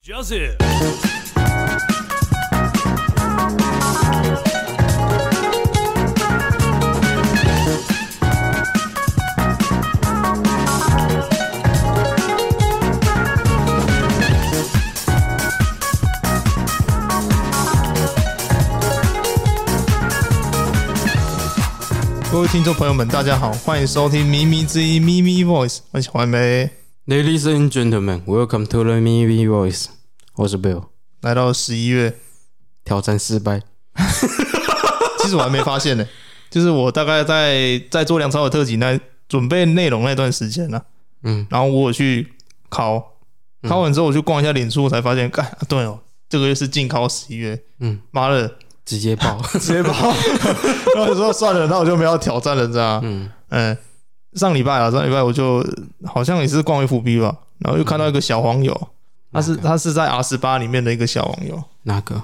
Joseph。各位听众朋友们，大家好，欢迎收听《咪咪之音》咪咪 Voice，我喜欢没？ Ladies and gentlemen, welcome to the Mimi Voice。我是 Bill，来到十一月，挑战失败。其实我还没发现呢、就是我大概在在做梁朝伟特辑那准备内容那段时间呢、嗯，然后我有去考，考完之后我去逛一下脸书，我才发现，哎、啊对哦，这个月是禁考十一月，嗯，妈的，直 接爆。直接爆，然后我说算了，那我就没有挑战人家，嗯嗯，上礼拜啊，上礼拜我就好像也是逛 FB 吧，然后又看到一个小黄油，他是他是在 R 十八里面的一个小黄油，哪个？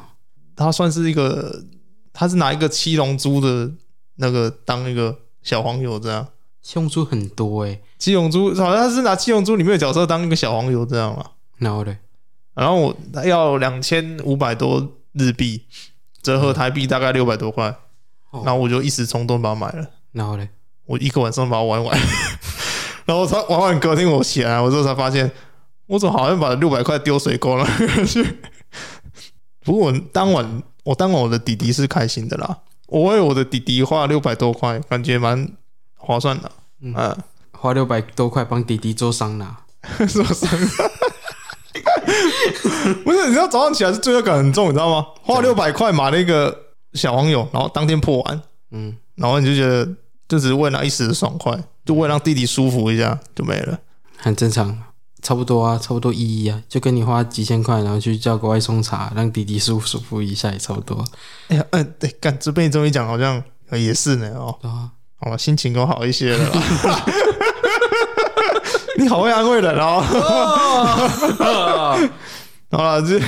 他算是一个，他是拿一个七龙珠的那个当一个小黄油这样，七龙珠很多哎、欸，七龙珠好像是拿七龙珠里面的角色当一个小黄油这样嘛，然后嘞，然后我要两千五百多日币，折合台币大概六百多块，哦然后我就一时冲动把它买了。然后嘞，我一个晚上把它玩完， 然后他玩完隔天我起来，我之后才发现，我怎么好像把六百块丢水沟了 去。不过我当晚，我当晚我的弟弟是开心的啦，我为我的弟弟花六百多块，感觉蛮划算的。嗯嗯， 花六百多块帮弟弟做桑拿。受伤。 不是，你知道早上起来是罪恶感很重，你知道吗？花六百块买了一个小黄油，然后当天破完，嗯，然后你就觉得就只是为了一时的爽快，就为了让弟弟舒服一下就没了。很正常，差不多啊，差不多意义啊，就跟你花几千块，然后去叫个外送茶，让弟弟舒服舒服一下也差不多。哎呀，嗯、对，干，这被你这么一讲，好像呃也是呢哦。对啊，好了，心情都好一些了啦。 你好会安慰人哦。好了，这，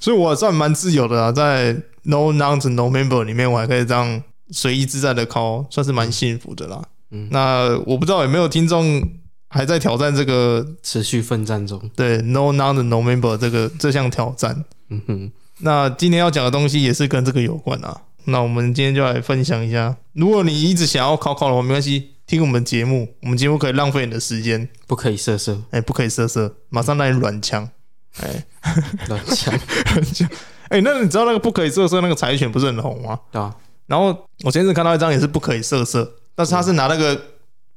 所以我算蛮自由的啦，啊在 No Nonce No Member 里面，我还可以这样随意自在的 call，算是蛮幸福的啦。嗯那我不知道有没有听众还在挑战这个持续奋战中。对 No Nonce No Member 这个这项挑战。嗯哼，那今天要讲的东西也是跟这个有关啊。那我们今天就来分享一下，如果你一直想要考考的话，没关系，听我们节目，我们节目可以浪费你的时间，不可以色色哎、不可以色色，马上让你软枪，哎、乱讲， 哎、那你知道那个不可以色色那个柴犬不是很红吗？对啊，然后我前阵子看到一张也是不可以色色，但是他是拿那个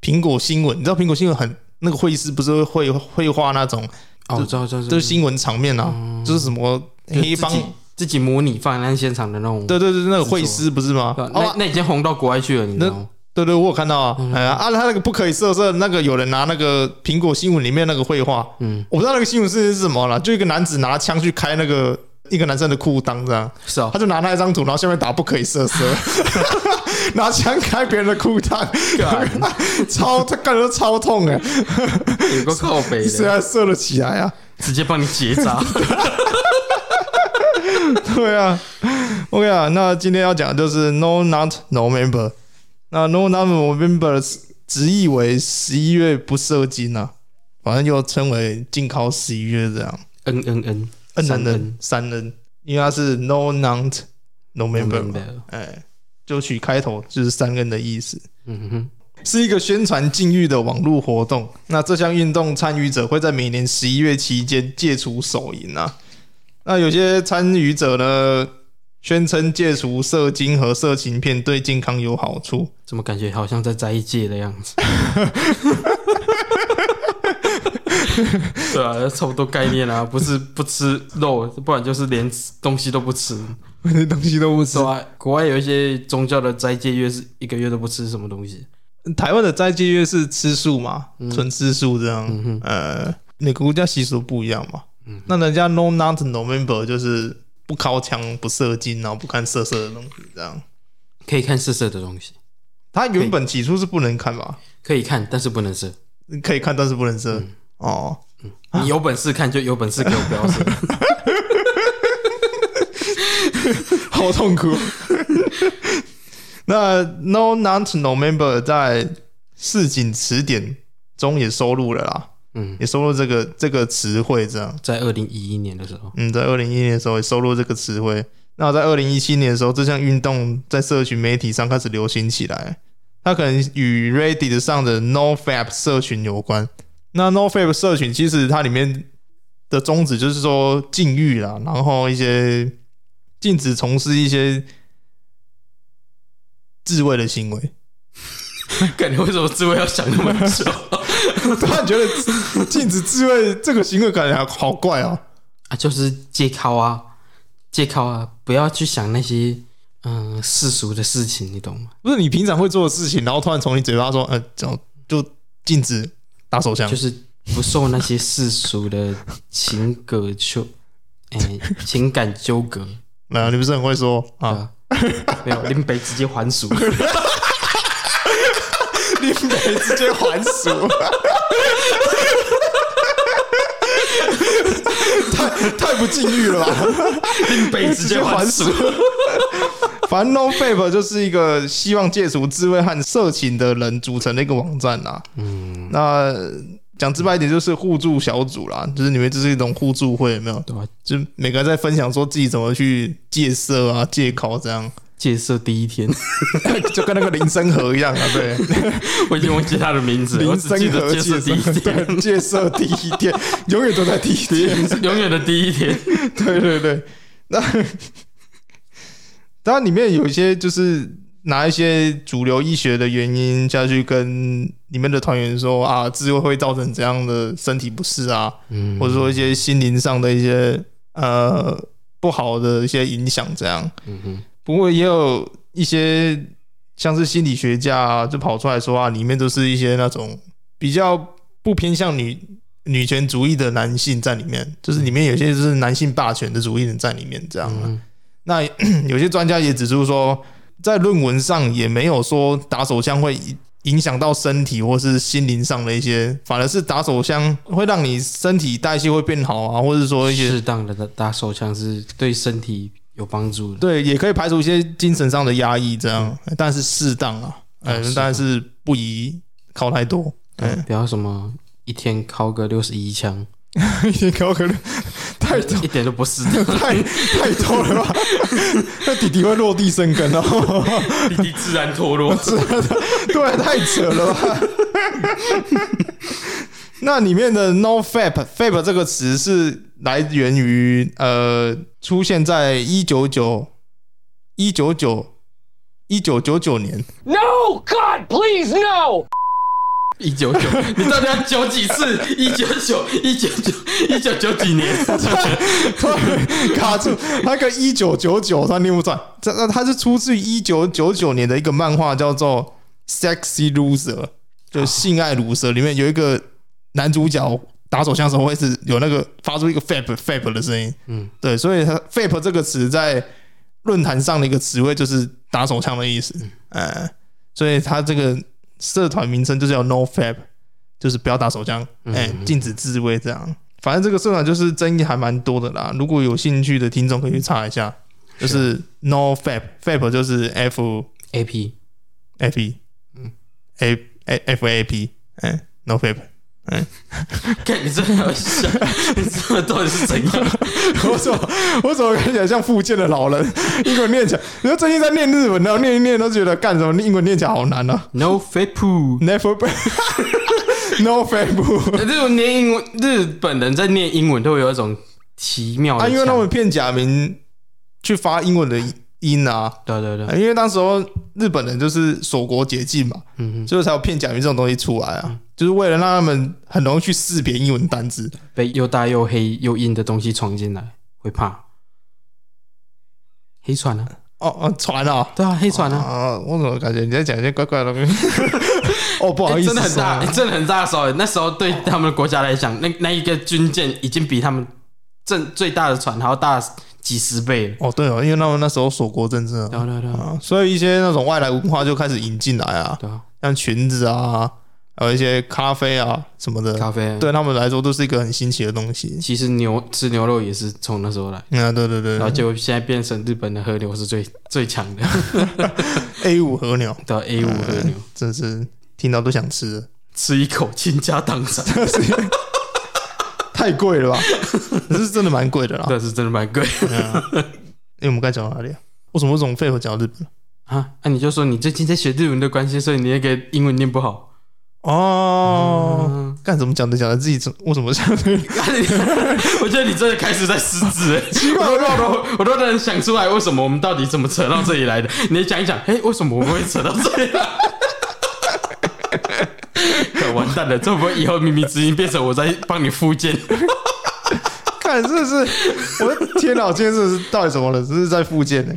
苹果新闻，你知道苹果新闻很那个会议室不是会会画那种哦，我知道，知道，知道就是新闻场面啊，就是什么就黑帮嗯自，己自己模拟犯案现场的那种，对对对，那个会师不是吗？对吧，啊哦那那已经红到国外去了，你知道吗？对对，我有看到啊，嗯哎呀，啊，他那个不可以色色，那个有人拿那个苹果新闻里面那个绘画，嗯，我不知道那个新闻是是什么了，就一个男子拿枪去开那个一个男生的裤裆这样，是哦他，就拿那一张图，然后下面打不可以色 色，拿枪开别人的裤裆， 超他感觉超痛哎、有个靠北谁的，还射得起来啊？直接帮你结 扎。对啊，OK 啊，那今天要讲的就是 No Not No Member，那 No Not No Member 直译为十一月不射精啊，反正又称为禁靠十一月这样，嗯嗯嗯，恩三恩恩恩三恩，因为它是 No Not No Member 嘛 Member 哎，就取开头就是三恩的意思。嗯哼，是一个宣传禁欲的网络活动。那这项运动参与者会在每年十一月期间戒除手淫啊。那有些参与者呢，宣称戒除色精和色情片对健康有好 处。怎么感觉好像在斋戒 的样子？对啊，差不多概念啊，不是不吃肉，不然就是连东西都不吃，那东西都不是吧？国外有一些宗教的斋戒月是一个月都不吃什么东西，台湾的斋戒月是吃素嘛，纯、吃素这样。嗯呃，每个国家习俗不一样嘛。那人家 No Not November 就是不靠枪、不射精，然后不看色色的东西这样。可以看色色的东西，他原本起初是不能看吧？可以看，但是不能射。可以看，但是不能射。哦，你有本事看就有本事给我不要 射。好痛苦。 那 No Not No Member 在市井词典中也收录了啦。嗯，也收录这个这个词汇，这样。在二零一一年的时候，嗯，在二零一一年的时候也收录这个词汇。那我在二零一七年的时候，这项运动在社群媒体上开始流行起来。它可能与 Reddit 上的 NoFap 社群有关。那 NoFap 社群其实它里面的宗旨就是说禁欲啦，然后一些禁止从事一些自慰的行为。感觉为什么自慰要想那么久 突然觉得禁止自慰这个行为感觉好怪哦、 啊？就是借靠啊，借靠啊，不要去想那些嗯、呃世俗的事情，你懂吗？不是你平常会做的事情，然后突然从你嘴巴说，呃，就就禁止打手枪就，是不受那些世俗的情葛纠， 哎、情感纠葛没有，你不是很会说啊？啊。没有，林北直接还 俗，你没直接还俗，太太不禁欲了吧？林北直接还俗。 反正 No Fap 就是一个希望戒除自慰和色情的人组成的一个网站啦。嗯，那讲直白一点，就是互助小组啦，就是你们这是一种互助会，有没有？ 对吧？就每个人在分享说自己怎么去戒色啊、戒口这样，戒色第一天， 就跟那个林森和一样啊，对， 我已经忘记他的名 字了，我林只记森得和戒色第一戒天，对戒色第一天， 永远都在第一天， 永远的第一天。 对对对，那当然里面有一些就是拿一些主流医学的原因下去跟你们的团员说啊，自慰会造成怎样的身体不适啊，嗯或者说一些心灵上的一些呃不好的一些影响这样。嗯哼，不过也有一些像是心理学家、啊、就跑出来说啊，里面都是一些那种比较不偏向女女权主义的男性在里面，就是里面有些就是男性霸权的主义人在里面这样、啊。嗯那 有些专家也指出说，在论文上也没有说打手枪会影影响到身体或是心灵上的一些，反而是打手枪会让你身体代谢会变好啊，或者说一些适当的打打手枪是对身体有帮助的。对，也可以排除一些精神上的压抑，这样，但是适当嗯啊，嗯、适当但是不宜靠太多。对嗯，不要什么一天敲个六十一枪，一天高可能太 多一点都不适当。太太多了 吧？那弟弟会落地生根哦。弟弟自然脱 落。 对，啊太扯了 吧？那里面的 “no fap” “fap” 这个词是来源于呃，出现在一九九一九九一九九九年， No! God, please, no! 一九九，你到底要九几次？一九九，一九九，一九九几年？卡住那个一九九九，他念不出来。这那它是出自于一九九九年的一个漫画，叫做《Sexy Loser》，就性爱卤蛇。里面有一个男主角打手枪的时候会是有那个发出一个 fap fap 的声音。嗯，对，所以它 fap 这个词在论坛上的一个词汇就是打手枪的意思。呃，所以它这个社团名称就叫 No Fap，就是不要打手枪，哎、嗯禁止自慰这样。反正这个社团就是争议还蛮多的啦。如果有兴趣的听众可以去查一下，就是 No Fap，Fap 就是 F A P F E，嗯，A A F A P，哎、n o Fap。看你这还要想，你这到底是怎样？ 我怎么我怎么看起来像福建的老人？英文念起来，你说最近在念日文，然后念一念都觉得干什么？英文念起来好难啊 No fake poo。 ！Never b no fap 这种念英文，日本人在念英文都会有一种奇妙的啊，腔。因为他们骗假名去发英文的音啊，对对对，因为当时候日本人就是锁国解禁嘛，嗯，嗯所以才有骗假名这种东西出来啊，就是为了让他们很容易去识别英文单字。被又大又黑又硬的东西闯进来会怕。黑船啊，哦哦，船啊！对啊，黑船啊，啊，我怎么感觉你在讲一些怪怪的东西？ 哦，不好欸意思真说的啊，很大，欸真的很大的时候，那时候对他们国家来讲，那那一个军舰已经比他们正最大的船还要大几十倍了。哦，对哦，因为他们那时候锁国政策对啊对啊对啊啊，所以一些那种外来文化就开始引进来啊，对啊，像裙子啊，还有一些咖啡啊什么的，咖啡啊。对他们来说都是一个很新奇的东西。其实牛吃牛肉也是从那时候来，嗯啊，对对然后对结果现在变成日本的和牛是最最强 的， ，A 哎五和牛到 A 五和牛，真是听到都想吃了。吃一口倾家荡产， 太贵 了吧？可是真的蛮贵的啦。但是真的蛮贵 对 啊，因为我们该讲到哪里啊？为什么我总废话讲到日本？啊。那、你就说你最近在学日文的关系，所以你那个英文念不好。哦，嗯，干、怎么讲的讲的自己怎为什么讲 的？ 我觉得你真的开始在失智哎， 奇怪，我都我都能想出来为什么我们到底怎么扯到这里 来的。你讲一讲，哎、为什么我们会扯到这里 来？可完蛋了，这会不会以后秘密之音变成我在帮你复健？看，真的是，我的天哪！我今天真的是到底怎么了？这是在复健呢、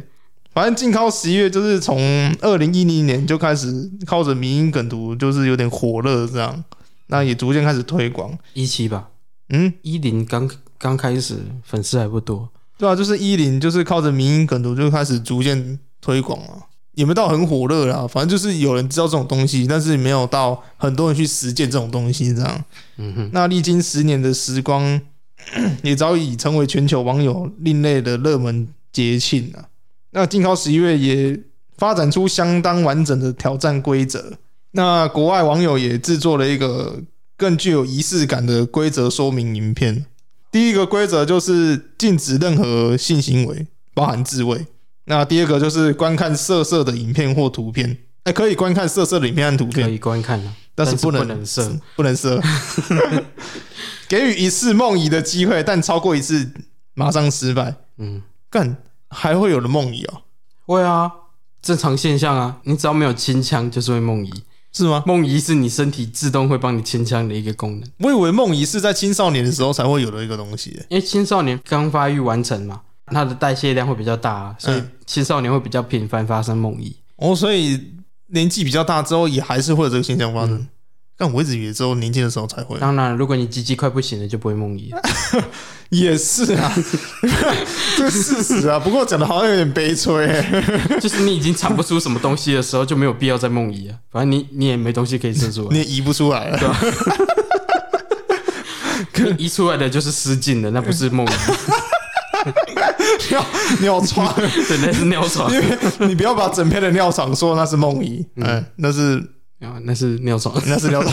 反正静靠十一月就是从二零一零年就开始靠着民音梗图，就是有点火热这样，那也逐渐开始推广。一七吧，嗯，一零刚刚开始，粉丝还不多。对啊，就是一零就是靠着民音梗图就开始逐渐推广了，也没到很火热啦，反正就是有人知道这种东西，但是没有到很多人去实践这种东西这样。嗯哼，那历经十年的时光， 也早已成为全球网友另类的热门节庆啊。那静靠十一月也发展出相当完整的挑战规则，那国外网友也制作了一个更具有仪式感的规则说明影片。第一个规则就是禁止任何性行为，包含自慰。那第二个就是观看色色的影片或图片，哎、可以观看色色的影片和图可片，以观看啊，但是是不能能射。不能射。 给予一次梦遗的机会，但超过一次马上失败。嗯，干还会有人梦遗哦？会啊，正常现象啊。你只要没有清腔，就是会梦遗。是吗？梦遗是你身体自动会帮你清腔的一个功能，我以为梦遗是在青少年的时候才会有的一个东西耶。因为青少年刚发育完成嘛，它的代谢量会比较大、啊，所以嗯青少年会比较频繁发生梦遗。哦，所以年纪比较大之后，也还是会有这个现象发生。嗯但我一直以为只有年轻的时候才会，当然，如果你鸡鸡快不行了，就不会梦 遗了。也是啊， 这个事实啊。不过讲的好像有点悲催耶。就是你已经产不出什么东西的时候，就没有必要再梦遗了。反正你你也没东西可以啊射出你也来，移不出来了。你一出来的就是失禁了，那不是 梦遗，尿尿床，对，那是尿 床因，为你不要把整篇的尿床说那是梦遗，嗯，那是啊，那是尿床。那是聊到，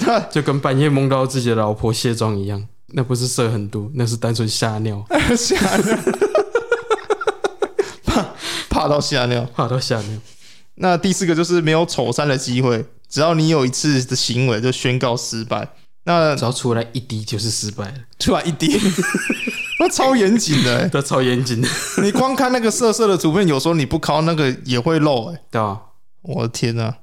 那 就跟半夜梦到自己的老婆卸妆一样，那不是射很多，那是单纯吓尿， 吓尿，怕怕到吓尿。怕到吓尿。那第四个就是没有丑三的机会，只要你有一次的行为就宣告失败。那只要出来一滴就是失败 了，出来一滴，那超严谨的、欸。这超严谨的，你光看那个色色的图片，有时候你不敲那个也会漏、欸。对啊吧？我的天哪、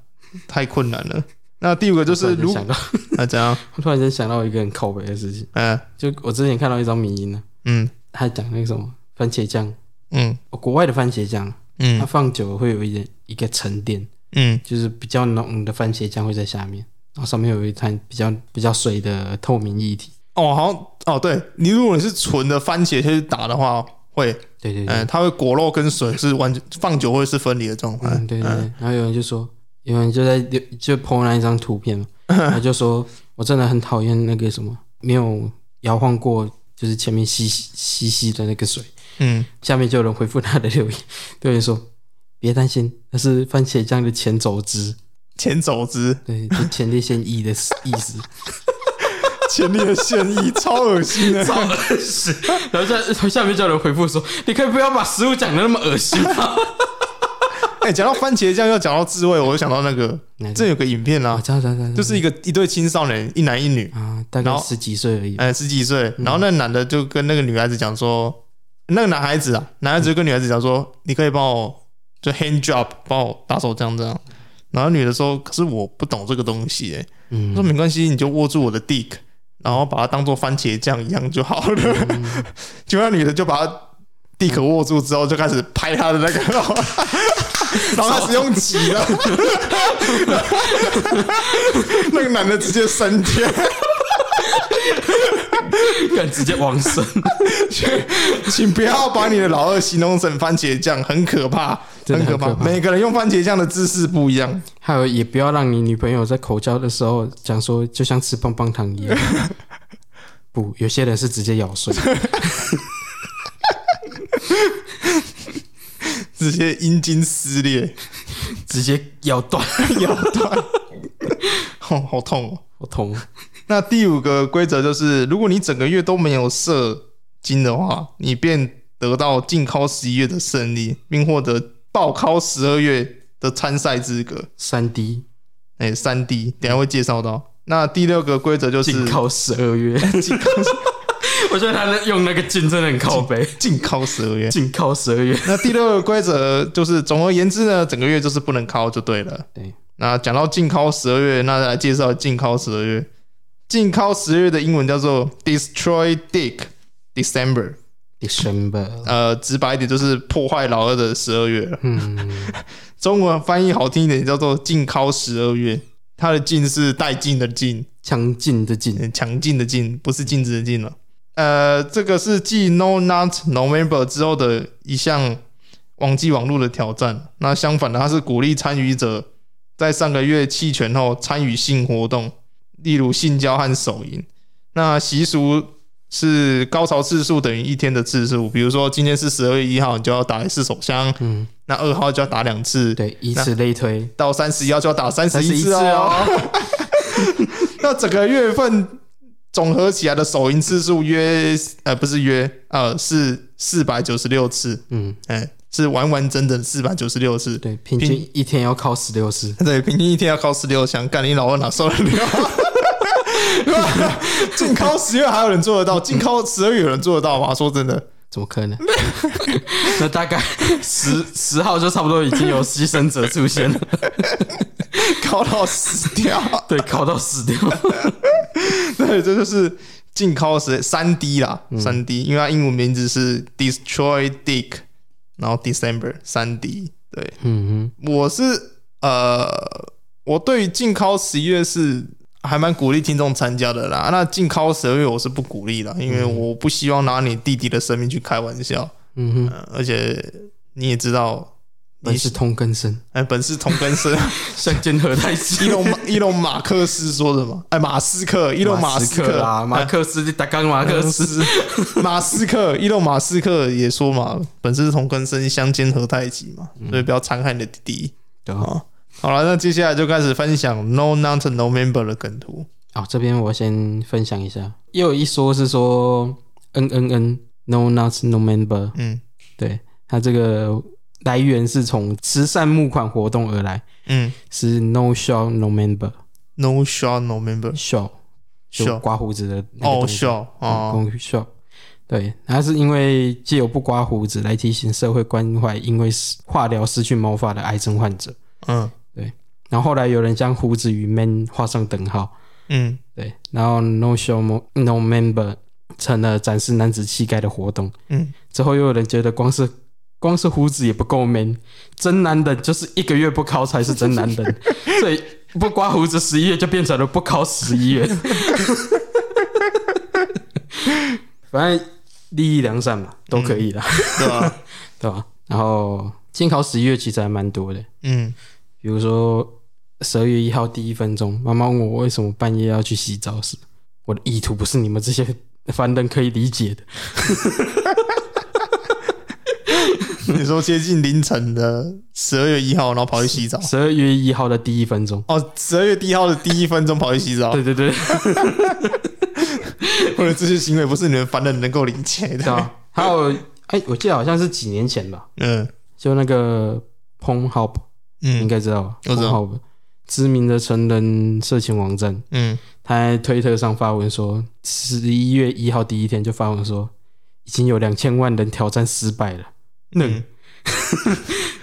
太困难了。那第五个就是突然间如想到，啊怎样？突然间想到一个很靠北的事情，嗯就我之前看到一张迷音呢，嗯他讲那个什么番茄酱，嗯哦国外的番茄酱，它嗯放久了会有一点一个沉淀，嗯就是比较浓的番茄酱会在下面，然后上面有一滩比较比较水的透明液体。哦，好像哦，对你如果你是纯的番茄去打的话，会对对对，嗯，它会果肉跟水是完全放久会是分离的状态。嗯，对对对。然后有人就说，有人就在就 PO 那一张图片嘛，他就说我真的很讨厌那个什么没有摇晃过，就是前面稀稀稀稀的那个水。嗯，下面就有人回复他的留言， 留言说别担心，那是番茄酱的前走汁，前走之对，就前列腺液的意思。 前列的现役，超恶心的。好恶心！然后下下面就有人回复说，你可以不要把食物讲的那么恶 心啊吗？ 哎、讲到番茄酱，要讲到滋味，我就想到那个哪，个这有个影片啊，啊，这样这样这样，就是一个一对青少年，一男一女，啊，大概然后十几岁而已吧。哎、十几岁，然后那男的就跟那个女孩子讲说，那个男孩子啊，男孩子就跟女孩子讲说，你可以帮我就 hand job，帮我打手枪这样。然后女的说，可是我不懂这个东西、哎，嗯他说没关系，你就握住我的 dick，然后把它当做番茄酱一样就好了。 结果那女的就把她 dick 握住之后，就开始拍她的那个， 然后然后开始用挤了， 那个男的直接升天，哎敢直接往 生，请不要把你的老二形容成番茄酱，很可怕，真的可很可怕每个人用番茄酱的姿势不一样，还有也不要让你女朋友在口交的时候讲说就像吃棒棒 糖一样。不，有些人是直接咬碎，直接阴茎撕裂， 直接咬断。咬断。哦，好痛哦。我痛。那第五个规则就是，如果你整个月都没有射精的话，你便得到禁靠十一月的胜利，并获得报靠十二月的参赛资格。三 D 哎、三 D，等一下会介绍到。那第六个规则就是禁靠十二月，禁靠 我觉得他那用那个禁真的很靠背，禁靠十二月。禁靠十二月。那第六个规则就是，总而言之呢，整个月就是不能靠就对了。对，那讲到禁靠十二月，那来介绍禁靠十二月。禁靠十二月的英文叫做 Destroy Dick December， December，呃，直白一点就是破坏老二的十二月了。嗯， 中文翻译好听一点叫做禁靠十二月，它的禁是带劲的禁，强劲的劲，嗯强劲的劲，不是禁止的禁了。呃，这个是继 No Not November 之后的一项网际网络的挑战。那相反的，它是鼓励参与者在上个月弃权后参与性活动，例如性交和手淫。那习俗是高潮次数等于一天的次数，比如说今天是十二月一号，你就要打一次手枪；嗯，那二号就要打两次，对，以此类推，到三十一号就要打三十31一次哦。，那整个月份总合起来的手淫次数约呃不是约呃是四百九十六次，嗯，哎、是完完整整四百九十六次。对，平均一天要靠十六次，对，平均一天要靠十六箱，干你老二哪受得了？ 净靠十月还有人做得到，净靠十二月有人做得到吗？说真的，怎么可能？ 那大概十十号就差不多已经有牺牲者出现了，靠到死掉。 对，靠到死掉，对，这就是禁靠十三 D 啦，嗯三 D，、因为它英文名字是 Destroy Dick，然后 December 三 D。对，嗯我是呃，我对于禁靠十一月是还蛮鼓励听众参加的啦。那禁靠十二月我是不鼓励啦，因为我不希望拿你弟弟的生命去开玩笑。哼，嗯哼，呃、而且你也知道，本是同根生，哎，本是同根生， 相煎何太伊急。隆马伊隆马克思说的嘛，哎，马斯克，伊隆马斯克克啊，马克思，你打刚马克思， 马斯克，伊隆马斯克也说嘛，本是同根生，相煎何太急嘛，嗯所以不要残害你的弟弟。对好啊好了，那接下来就开始分享 No Not No Member 的梗图。哦，这边我先分享一下，也有一说是说 N N N No Not No Member，嗯对，它这个来源是从慈善募款活动而来，嗯是 No Show No Member ，No Shot No Member Show 就 Show 刮胡子的那个哦东西嗯 Show 哦，公 Show。对，它是因为借由不刮胡子来提醒社会关怀因为化疗失去毛发的癌症患者。嗯然后后来有人将胡子与 man 画上等号，嗯对，然后 no show mo- no member 成了展示男子气概的活动。嗯，之后又有人觉得光是光是胡子也不够 man，真男人就是一个月不烤才是真男人，所以不刮胡子十一月就变成了不烤十一月。反正利益良善嘛，都可以啦，对吧？ 对吧？然后监考十一月其实还蛮多的，嗯比如说十二月一号第一分钟，妈妈问我为什么半夜要去洗澡时，我的意图不是你们这些凡人可以理解的。你说接近凌晨的十二月一号，然后跑去洗澡。十二月一号的第一分钟，哦，十二月一号的第一分钟跑去洗澡，对对对，或者这些行为不是你们凡人能够理解对的。 啊，还有哎，我记得好像是几年前吧，嗯就那个 Pornhub，你应嗯该知道吧？我知道 Pornhub 知名的成人色情网站，嗯，他在推特上发文说，十一月一号第一天就发文说，已经有两千万人挑战失败了，嗯嫩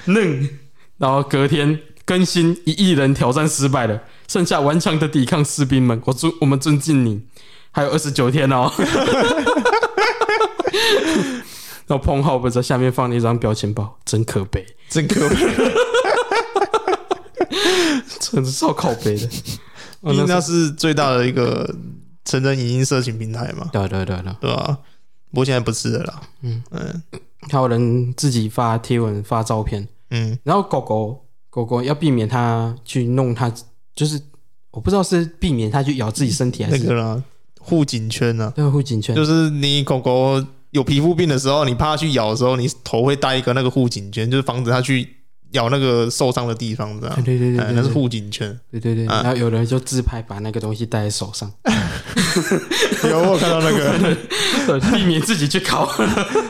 嫩，然后隔天更新一亿人挑战失败了，剩下顽强的抵抗士兵们，我尊我们尊敬你，还有二十九天哦。然后彭浩不在下面放了一张表情包，真可悲，真 可怕。真是超靠悲的。我毕竟时那是最大的一个成人影音社群平台嘛，对对对对，对吧、不过现在不是了啦。嗯嗯还有人自己发贴文发照片，嗯然后狗狗狗狗要避免它去弄它，就是我不知道是避免它去咬自己身体还那是个啦，护颈圈呢、对护颈啊，圈，就是你狗狗有皮肤病的时候，你怕它去咬的时候，你头会戴一个那个护颈圈，就是防止它去咬那个受伤的地方，这样对，对对对哎对，那是对护颈圈。对对对，嗯然后有人就自拍，把那个东西戴在手上，有我有看到那个， 避免自己去考。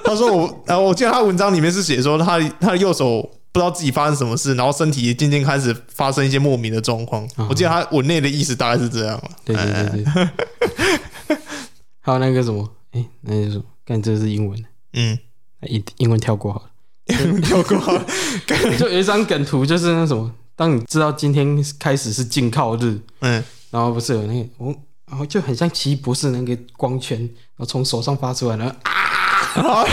他说我，呃，我记得他文章里面是写说他他的右手不知道自己发生什么事，然后身体也渐渐开始发生一些莫名的状况。嗯我记得他文内的意思大概是这样了。 对对哎对对， 还有那个什么，哎，那个什么，干这是英文的，嗯， 英英文跳过好了。跳过好了，就有一张梗图，就是那什么，当你知道今天开始是禁靠日，嗯，然后不是有那个我，然后就很像奇异博士那个光圈，然后从手上发出来，然后啊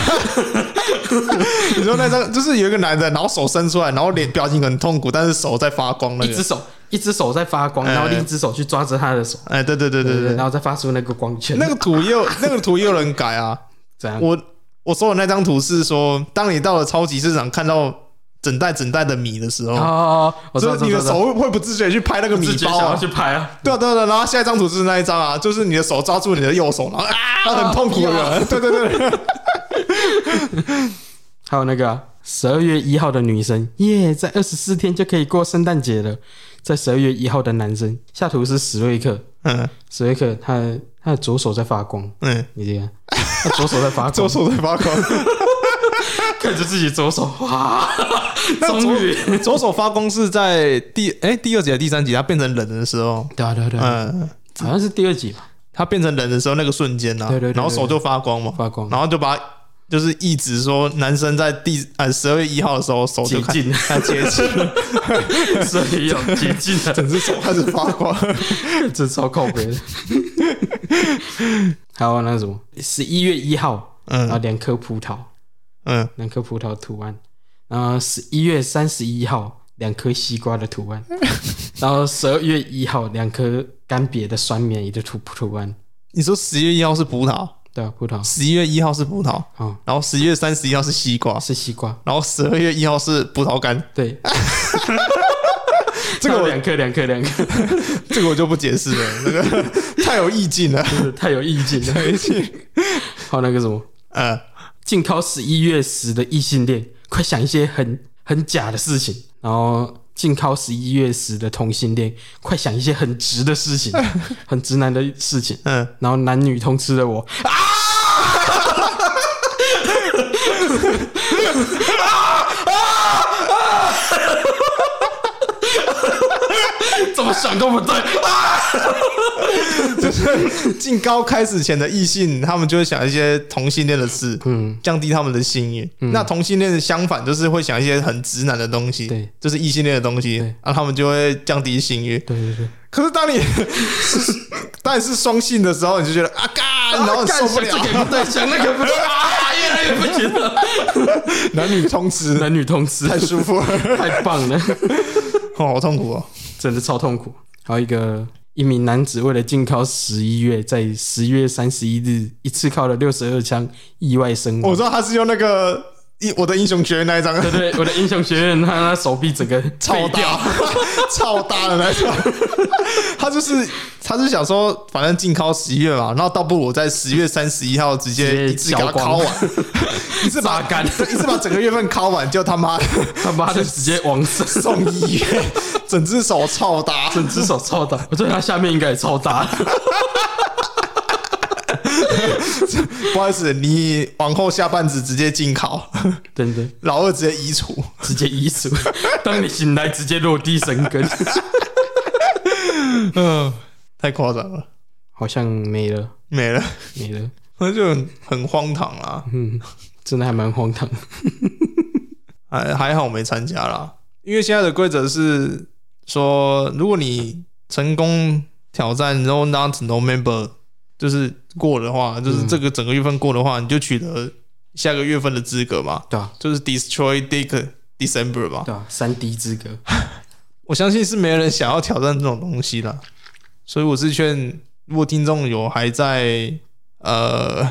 你说那张就是有一个男的，然后手伸出来，然后脸表情很痛苦，但是手在发光那一只个。手一只手在发光，然后哎另一只手去抓着他的手，哎，对对对对对然对，后再发出那个光圈，那个图也有那个图也有人改啊。怎样？ 我我说的那张图是说，当你到了超级市场看到整袋整袋的米的时候，哦，我知道就是你的知道知道手会会不自觉地去拍那个米自己包想要啊。去拍啊，对啊，对啊，对啊然后下一张图就是那一张啊，就是你的手抓住你的右手，然后啊，很痛苦的，啊对对 对，还有那个啊十、二月一号的女生，耶、在二十四天就可以过圣诞节了。在十二月一号的男生，下图是史瑞克，嗯史瑞克他的他的左手在发光，嗯，你这 个，他左手在发光，左手在发光，看着自己左手，哇，终于，左 左手发光是在第哎第二集还是第三集，他变成人的时候，对啊对啊对啊，嗯，好像是第二集吧，他变成人的时候那个瞬间啊对对对，对然后手就发光嘛，发光然后就把就是一直说男生在第呃十二月一号的时候手就接看 近，啊接近，所以 有接近啊整了，只手开始发光，这超靠北的。 还有那个什么，十一月一号，然后嗯两颗葡萄， 嗯，两颗葡萄图案，然后十一月三十一号两颗西瓜的 图案，然后十二月一号两颗干瘪的酸棉鱼的图图案，你说十月一号是葡萄，对啊，葡萄十一月一号是葡萄，哦，然后十一月三十一号是西瓜，是西瓜，然后十二月一号是葡萄干，对， 这个两我颗两颗两颗， 这个我就不解释了，那个 太有意 境了，真的太有意境了。太有意 境。还有那个什么，呃，禁靠十一月十的异性恋，快想一些很很假的事情，然后。禁靠十一月十的同性恋，快想一些很直的 事情，很直男的事情。嗯，然后男女通吃的我，啊怎么想都不对。就是 进高开始前的异性，他们就会想一些同性恋的事，嗯，降低他们的性欲。那同性恋的相反，就是会想一些很直男的东西，对，就是异性恋的东西对，啊，他们就会降低性欲。对对对，可是 当你当你是双性的时候，你就觉得啊嘎，然后你受不了想，这个也不对，想那个不对，啊，越来越不行了。 男女通吃， 男女通吃太舒 服了，太棒了，哦，好痛苦哦。真的超痛苦。还有一个，一名男子为了禁靠十一月，在十月三十一日一次靠了六十二枪，意外身我亡知。道他是用那个英我的英雄学院那一张对对，我的英雄学院，他他手臂整 个超废大 掉，超大的那一张， 他就是他是想说，反正禁靠十一月嘛，然后倒不如我在十月三十一号直直接接一次给他嚼光敲完， 一次把榨干对一次把整个月份敲完，就他妈的 他妈的直接往生。送医院，整只手超大，整只手超大，我觉得他下面应该也超大。不好意思，你往后下半子直接禁考，真的， 老二直接移除。直接移除。当你醒来，直接落地生根。嗯，太夸张了，好像没了，没了， 没了。那就很很荒唐啊啦。嗯，真的还蛮荒唐。还还好我没参加啦，因为现在的规则是说，如果你成功挑战 No Not No Member，就是过的话，就是这个整个月份过的话，你就取得下个月份的资格嘛，对啊，就是 Destroy Dick December 嘛。对啊，三 D 资格。我相信是没人想要挑战这种东西啦，所以我是劝，如果听众有还在呃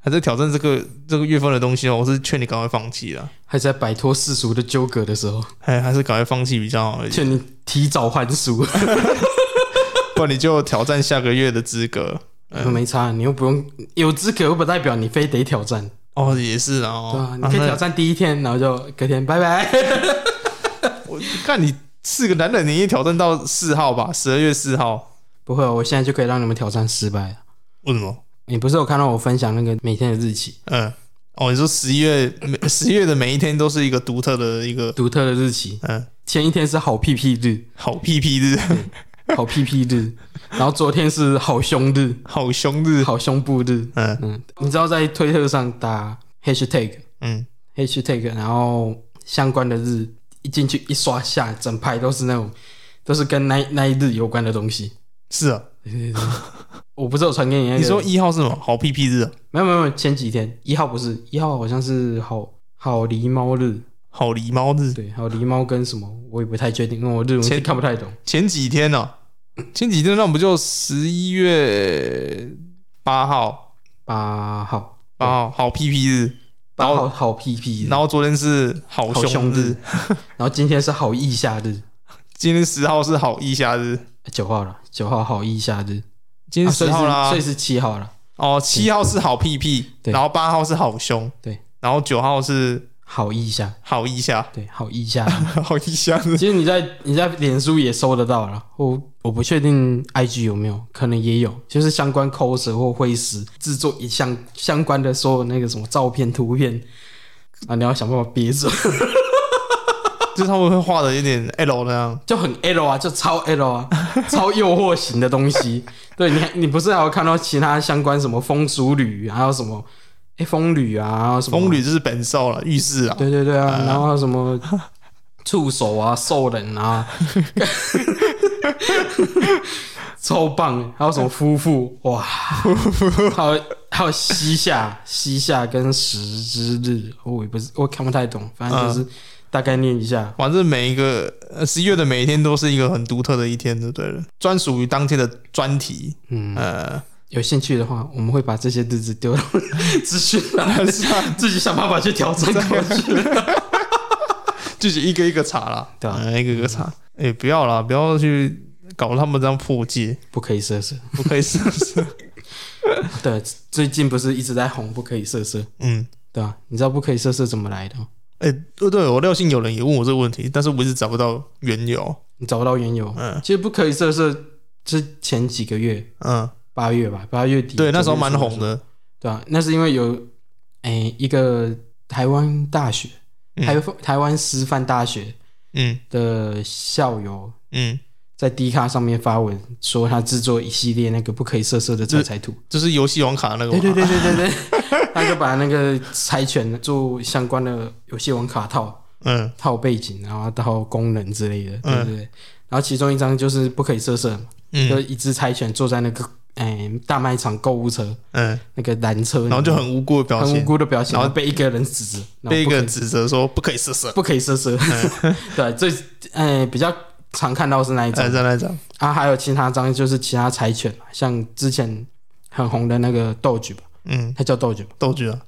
还在挑战这个这个月份的东西哦，我是劝你赶快放弃啦，还在摆脱世俗的纠葛的时候，还还是赶快放弃比较好一点。劝你提早还俗，不然你就挑战下个月的资格。呃没差，你又不用有资格，又不代表你非得挑战，哦，也是啊、对哦啊，，你可以啊挑。战第一天，然后就隔天拜拜，我看你是个男人，你也挑战到四号吧？十二月四号，不会，啊我现在就可以让你们挑战失败了。为什么？你不是有看到我分享那个每天的日期，嗯，哦，你说十一月每十一月的每一天都是一个独特的一个独特的日期？嗯前一天是好屁屁 日，好屁屁日、嗯好屁屁日，然后昨天是好胸日， 好胸日，好胸部日。嗯嗯，你知道在推特上打 hashtag 嗯， hashtag，然后相关的日一进去一刷下，整排都是那种都是跟那那一日有关的 东西。是啊。对对对我不是有传给你那个？你说一号是什么？好屁屁日、啊，没有没有没有，前几天一号不是一号好像是好好狸猫日，好狸猫日。对，还有狸猫跟什么我也不太确定，因为我日文前是看不太懂。前几天呢、前几天那不就十一月八号，八号八号好屁屁日，八号好屁屁日，然后昨天是好好胸凶日日，然后今天是好意夏日，今天十号是好意夏日，九号了，九号好意夏日，今天啊所十以是号啦所以。是七号了，哦，七号是好屁屁，对然后八号是好胸，对，然后九号是好意夏，好意夏，对，好意夏日。 好意夏日。 其实你在你在脸书也搜得到了，我我不确定 IG 有没有，可能也有，就是相关 coser 或会师制作一项相关的所有那个什么照片、图片啊，你要想办法憋着，就是他们会画的有点 L 那样，就很 L 啊，就超 L 啊，超诱惑型的东 西。对你还，你不是还有看到其他相关什么风俗旅，还有什么哎风旅啊，还有什么风吕就是本兽了，浴室啊，对对对啊，然后还有什么触手啊、兽人 啊，超棒！还有什么夫妇哇，还有还有西夏、西夏跟十之日，哦我也不是我看不太懂，反正就是大概念一下。反正每一个呃十一月的每一天都是一个很独特的一天，就对了，专属于当天的专题。嗯，呃，有兴趣的话，我们会把这些日子丢到 资讯 栏，是啊自己想办法去调整过去。就是一个一个查啦，对啊呃一个一个查。哎、不要啦，不要去搞他们这样破戒，不可以色色，不可以试 试。对，最近不是一直在红不可以色色，嗯，对吧、你知道不可以色色怎么来的吗？哎、对对，我廖姓有人也问我这个问题，但是我一直找不到缘由。你找不到缘由。嗯其实不可以色色之前几个月，嗯，八月吧，八月底。对，那时候九月蛮初红，的。对啊，那是因为有诶、一个台湾大学，嗯台台湾师范大学嗯的校友嗯，在 D 卡上面发文说他制作一系列那个不可以色色的彩彩图。就是游戏王卡那个嘛。对对对对对 对，他就把那个柴犬做相关的游戏王卡套。嗯套背景，然后套功能之类的，对嗯不对？然后其中一张就是不可以色色嘛，就嗯一只柴犬坐在那个诶、大卖场购物车嗯，那个蓝车里面，然后就很无辜的表很无情，辜的表情，然然后后被一个人指着，然后被一不个可以人指责说不可以试试。不可以色色， 对，最诶、比较常看到是那一种哎，再来一张，啊，还有其他张就是其他柴犬嘛，像之前很红的那个斗菊吧，嗯，它叫斗菊吧，斗剧啊，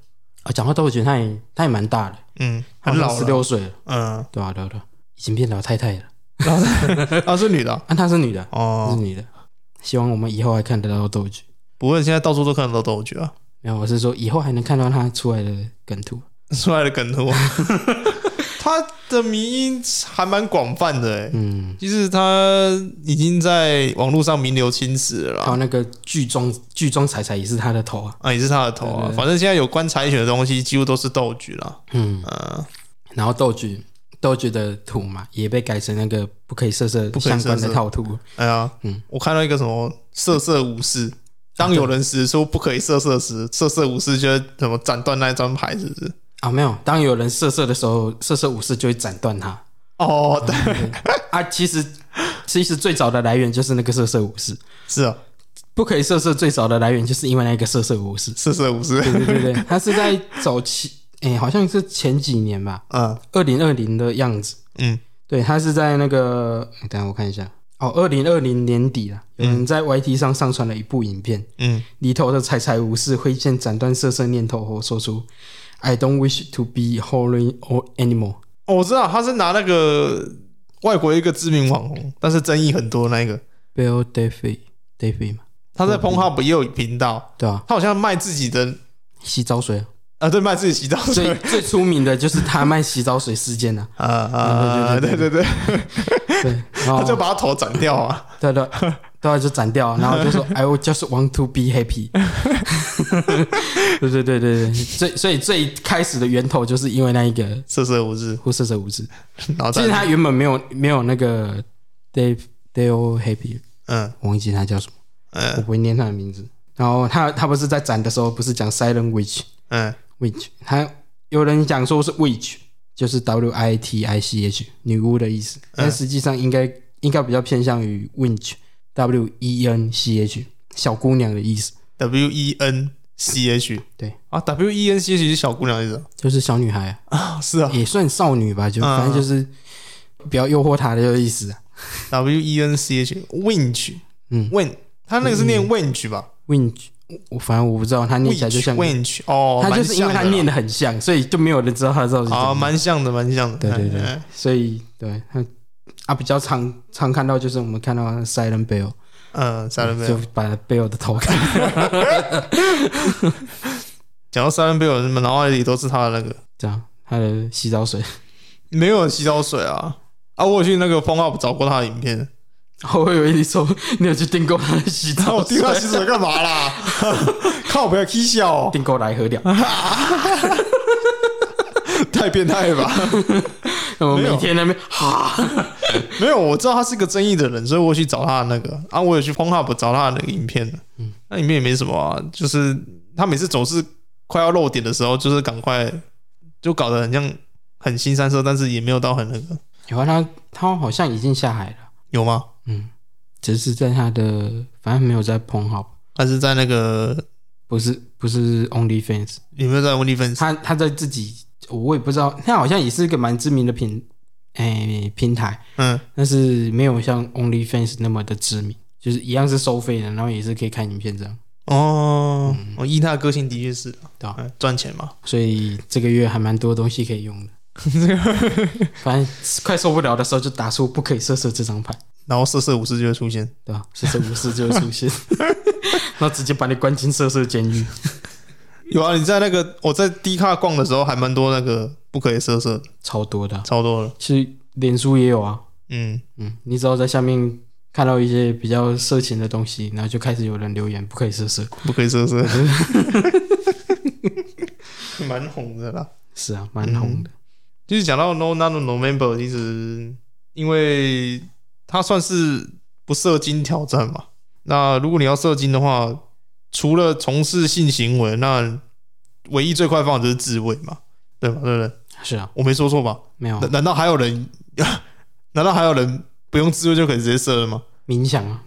啊，讲到斗菊，它也它也蛮大的，嗯，很老十了，六岁了，嗯，对吧、啊？对吧、啊？已经变老太太了，啊是女的啊啊，她是女的，她是哦，女的，希望我们以后还看得到斗菊。不过现在到处都看得到斗剧啊，没有，我是说以后还能看到它出来的梗图。出来的梗图，啊 他的迷音还蛮广泛的哎，嗯，其实他已经在网络上名留青史了还有啦。那个剧中剧中彩彩也是他的头啊。啊，也是他的头啊！反正现在有关柴犬的东西，几乎都是斗剧啦。嗯，嗯，然后豆菊豆菊的图嘛，也被改成那个不可以色色不可以相关色的色套图。哎呀，嗯我看到一个什么色色武士，当有人时说不可以色色时，色色武士就会怎么斩断那一张牌，是不是？啊，没有，当有人色色的时候，色色武士就会斩断他。哦，对，啊，其实其实最早的来源就是那个色色武士， 是啊，不可以色色最早的来源就是因为那个色色武士。色色武士， 对对对，对他是在早期，哎、好像是前几年吧，嗯二零二零的样子。嗯对，他是在那个，哎等一下我看一下，哦，二零二零年底啦，有人在 YT 上上传了一部影片，嗯，里头的彩彩武士挥剑斩断色色念头后，说出 "I don't wish to be holy or anymore"。哦，我知道他是拿那个外国一个知名网红，但是争议很多那一个， Bill Duffy Duffy 嘛，他在 p o n h u b 也有频道，对啊，他好像卖自己的洗澡水啊，啊，对，卖自己洗澡 最水最出名的就是他卖洗澡水事件啊，啊啊，哦对对对对，对，然后他就把他头斩掉啊，对对 对啊，就斩掉，然后就说 I will just want to be happy。对对对对对，最所以最开始的源头就是因为那一个色色无知，护色者无知，然后其再实他原本没有没有那个 Dave Dale Happy，嗯我忘记他叫什么，我嗯不会念他的名字。然后他他不是在斩的时候不是讲 Silent Witch 嗯 Witch，他有人讲说是 Witch，就是 W I T I C H 女巫的意嗯思，但实际上应该应该比较偏向于 Winch W E N C H 小姑娘的意思， ，W E N C H，对啊，W E N C H 是小姑娘的意思就是小女孩啊、啊，是啊也算少女吧，就嗯反正就是比较诱惑她的意思、啊。 ，W E N C H，winch，嗯，win，他那个是念 winch 吧 Winch，我反正我不知道，她嗯念起来就像 winch，winch，哦，他就是因为他念的的很像，所以就没有人知道他到底是怎啊，么样。蛮像的，蛮像的，对对对嗯，所以对他啊比较常常看到就是我们看到 Silent Bill 嗯，Silent 就 Bill，把 Bill 的头砍，讲到 Silent Bill，你们脑海里都是他的那个这样他的洗澡水， 没有洗澡水啊啊，我有去那个风 up 找过他的影片， 哦我以为你说你有去订购他的洗那澡我水哦丢，他洗手干嘛啦？ 看我不要 k 笑、哦，订购来喝掉。太变态了吧？我没有每天那边 哈，没有，我知道他是个争议的人，所以我去找他的那个啊，我有去 p o n h u b 找他的那个影片的，那里面也没什么啊，就是他每次总是快要露点的时候，就是赶快就搞得很像很新三色，但是也没有到很那个，然后啊他他好像已经下海了，有吗？嗯，只是在他的反正没有在碰好，还是在那个不是不是 OnlyFans。有没有在 OnlyFans？他他在自己，我也不知道，他好像也是一个蛮知名的平，诶、平台，嗯但是没有像 OnlyFans 那么的知名，就是一样是收费的，然后也是可以看影片这样，哦，我依他的个性的确是对吧、嗯赚钱嘛，所以这个月还蛮多东西可以用 的。反正快受不了的时候就打出不可以色色这张牌，然后色色武士就会出现。对吧？色色无事就会出 现，然后直接把你关进色色监狱。有啊，你在那个我在 D 卡逛的时候，还蛮多那个不可以色色的，超多的啊，超多了。其实脸书也有啊，嗯，嗯，你只要在下面看到一些比较色情的东西，然后就开始有人留言不可以色色，不可以色色，蛮红的啦。是啊，蛮红的。就是讲到 No Nano November，其实因为它算是不射精挑战嘛。那如果你要射精的话，除了从事性行为，那唯一最快方法就是自慰嘛，对吧？对不对？是啊，我没说错吧？没有啊难难道还有人？ 难道还有人不用自慰就可以直接射了吗？冥想啊，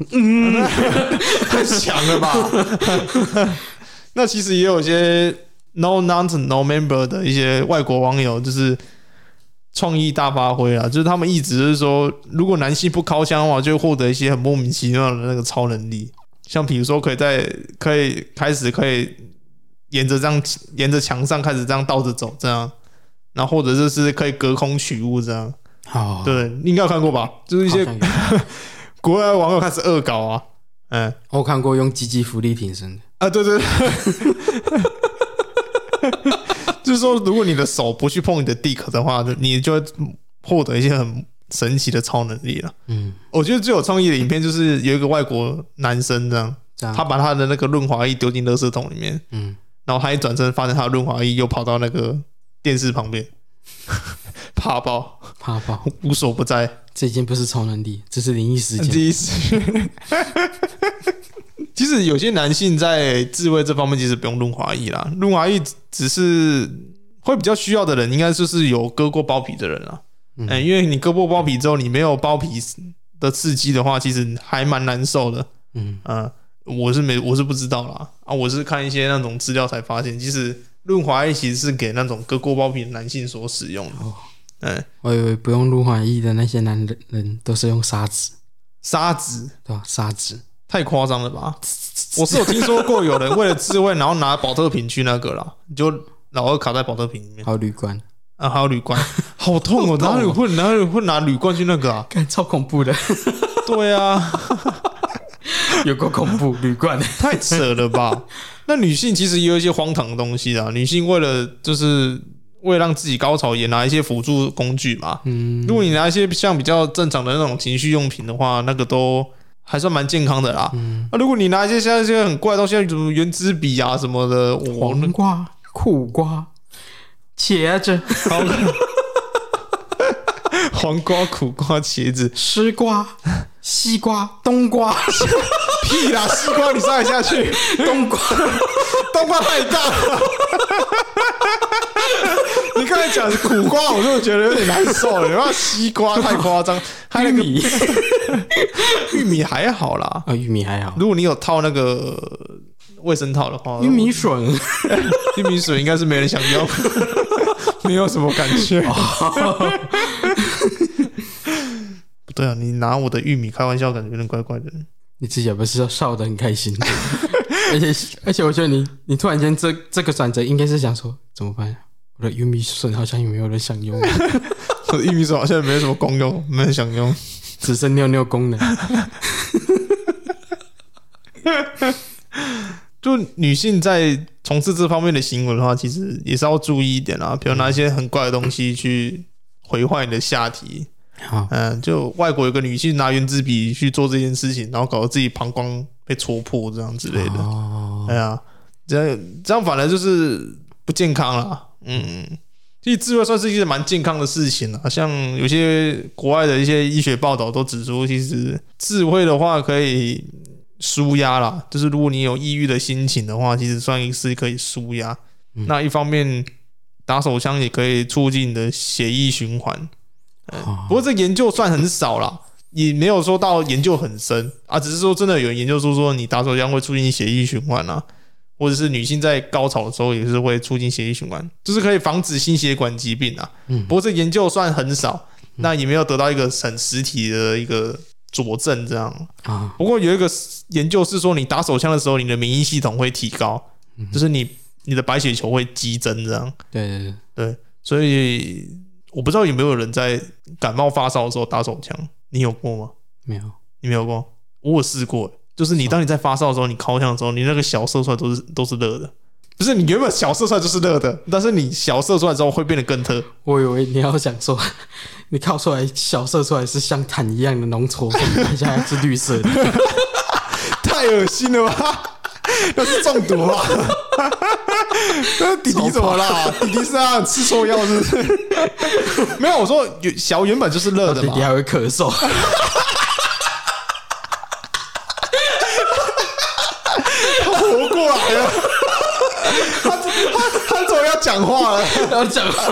太强了吧？那其实也有一些 no nonsense no member 的一些外国网友，就是创意大发挥啊，就是他们一直是说，如果男性不靠枪的话，就会获得一些很莫名其妙的那个超能力，像比如说可以在可以开始可以沿着这样沿着墙上开始这样倒着走这样。然后或者就是可以隔空取物这样，好，对，你应该有看过吧？就是一啊好些像有，国外网友开始恶搞啊，嗯，我看过用鸡鸡福利挺身的，啊，对对对，就是说，如果你的手不去碰你的 dick 的话，你就会获得一些很神奇的超能力了。嗯，我觉得最有创意的影片就是有一个外国男生这样，这样，他把他的那个润滑液丢进垃圾桶里面，啊嗯，然后他一转身，发现他的润滑液又跑到那个电视旁边， 怕爆，怕爆，无所不在。这已经不是超能力，这是灵异事件。第一次。 其实有些男性在自慰这方面其实不用润滑液啦，润滑液只是会比较需要的人，应该就是有割过包皮的人啊。嗯、嗯因为你割过包皮之后，你没有包皮的刺激的话，其实还蛮难受的。嗯，嗯、我是没我是不知道啦啊，我是看一些那种资料才发现，其实润滑液其实是给那种割过包皮的男性所使用的。哦嗯、我以为不用润滑液的那些男人人都是用砂纸，砂纸对吧？砂纸，太夸张了吧！ 我是有听说过有人为了自慰，然后拿保特瓶去那个啦，你就老二卡在保特瓶里面还有铝罐，啊，还有铝罐，好痛哦！哪里会啊哪里会拿铝罐去那个啊？看超恐怖的，对啊， 有够恐 怖，旅馆 太扯了吧？那女性其实也有一些荒唐的东西啊。女性为了就是为了让自己高潮，也拿一些辅助工具嘛。嗯如果你拿一些像比较正常的那种情绪用品的话，那个都还算蛮健康的啦。啊嗯那、如果你拿一些像一些很怪的东西，像什么原子笔啊什么的，我黄瓜、苦瓜、茄子、黄 黄瓜、苦瓜、茄子，丝瓜、西瓜、冬瓜、屁啦！丝瓜你塞得下去， 冬瓜，冬瓜太大了。 你刚才讲的苦瓜，我就觉得有点难受了。然后西瓜太夸张，还有玉那个米玉米还好啦。啊，玉米还好，如果你有套那个卫生套的话，玉米笋玉米水应该是没人想要， 没有什么感 觉。不对啊，你拿我的玉米开玩笑，感觉有点怪怪的。你自己也不是笑得很开心， 而且而且我觉得你你突然间这这个转折应该是想说怎么办？我的玉米笋好像也没有人想 用， 我的玉米水好像没什么功用， 没人想用。只剩尿尿功能。就女性在从事这方面的行为的话，其实也是要注意一点啊啦，比如拿一些很怪的东西去毁坏你的下体。好，嗯，就外国有个女性拿原子笔去做这件事情，然后搞得自己膀胱被戳破这样之类的。哦，哎呀，这样这样反而就是不健康了。嗯，其实自慰算是一件蛮健康的事情了。像有些国外的一些医学报道都指出，其实自慰的话可以舒压啦，就是如果你有抑郁的心情的话，其实算是可以舒压。嗯那一方面打手枪也可以促进你的血液循环，哎哦不过这研究算很少啦，也没有说到研究很深啊，只是说真的有研究出说你打手枪会促进血液循环啊，或者是女性在高潮的时候也是会促进血液循环，就是可以防止心血管疾病啊。嗯不过这研究算很少，那也没有得到一个很实体的一个佐证这样。啊，不过有一个研究是说，你打手枪的时候，你的免疫系统会提高，就是你你的白血球会激增这样。对对对，所以我不知道有没有人在感冒发烧的时候打手枪，你有过吗？没有，你没有过？我有试过欸，就是你当你在发烧的时候，你烤枪的时候，你那个小射出来都是都是热的，不是你原本小射出来就是热的，但是你小射出来之后会变得更热。我以为你要想说， 你靠出来小射出来是像痰一样的浓稠，而且还是绿色 的。太恶心了吧？ 那是中毒 吧？那弟弟怎么啦？弟弟是啊，吃错药是不 是？没有，我说原小原本就是热的弟嘛弟。还会咳 嗽，他活过来了， 他他他终于要讲话了， 然后讲话，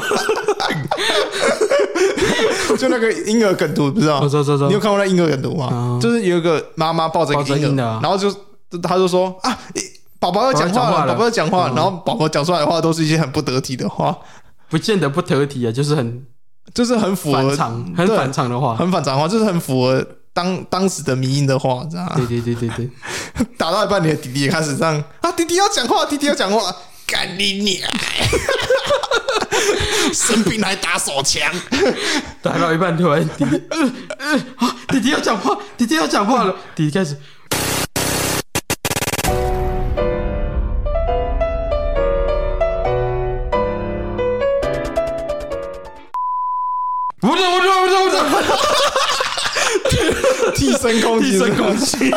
就那个婴儿梗图，不知道？我知道知道你有看过那婴儿梗图吗啊？就是有一个妈妈抱着一抱个着婴婴儿儿，然后就他就说啊，诶宝宝要讲话了，嗯宝宝宝宝要要讲话了，然后宝宝讲出来的话都是一些很不得体的话，不见得不得体啊，就是很就是很符合反常，很对反常的话。很反常的话，就是很符合当当时的迷音的话，知道吗对？对对对对，打到一半，你的弟弟也开始这样啊，弟弟要讲话，弟弟要讲话，干你 娘！生病还打手枪，打到一半突然弟 弟，呃呃，啊，弟弟要讲话，弟弟要讲话了，弟弟开始，不是不是不是不是。替身攻一击，身攻击。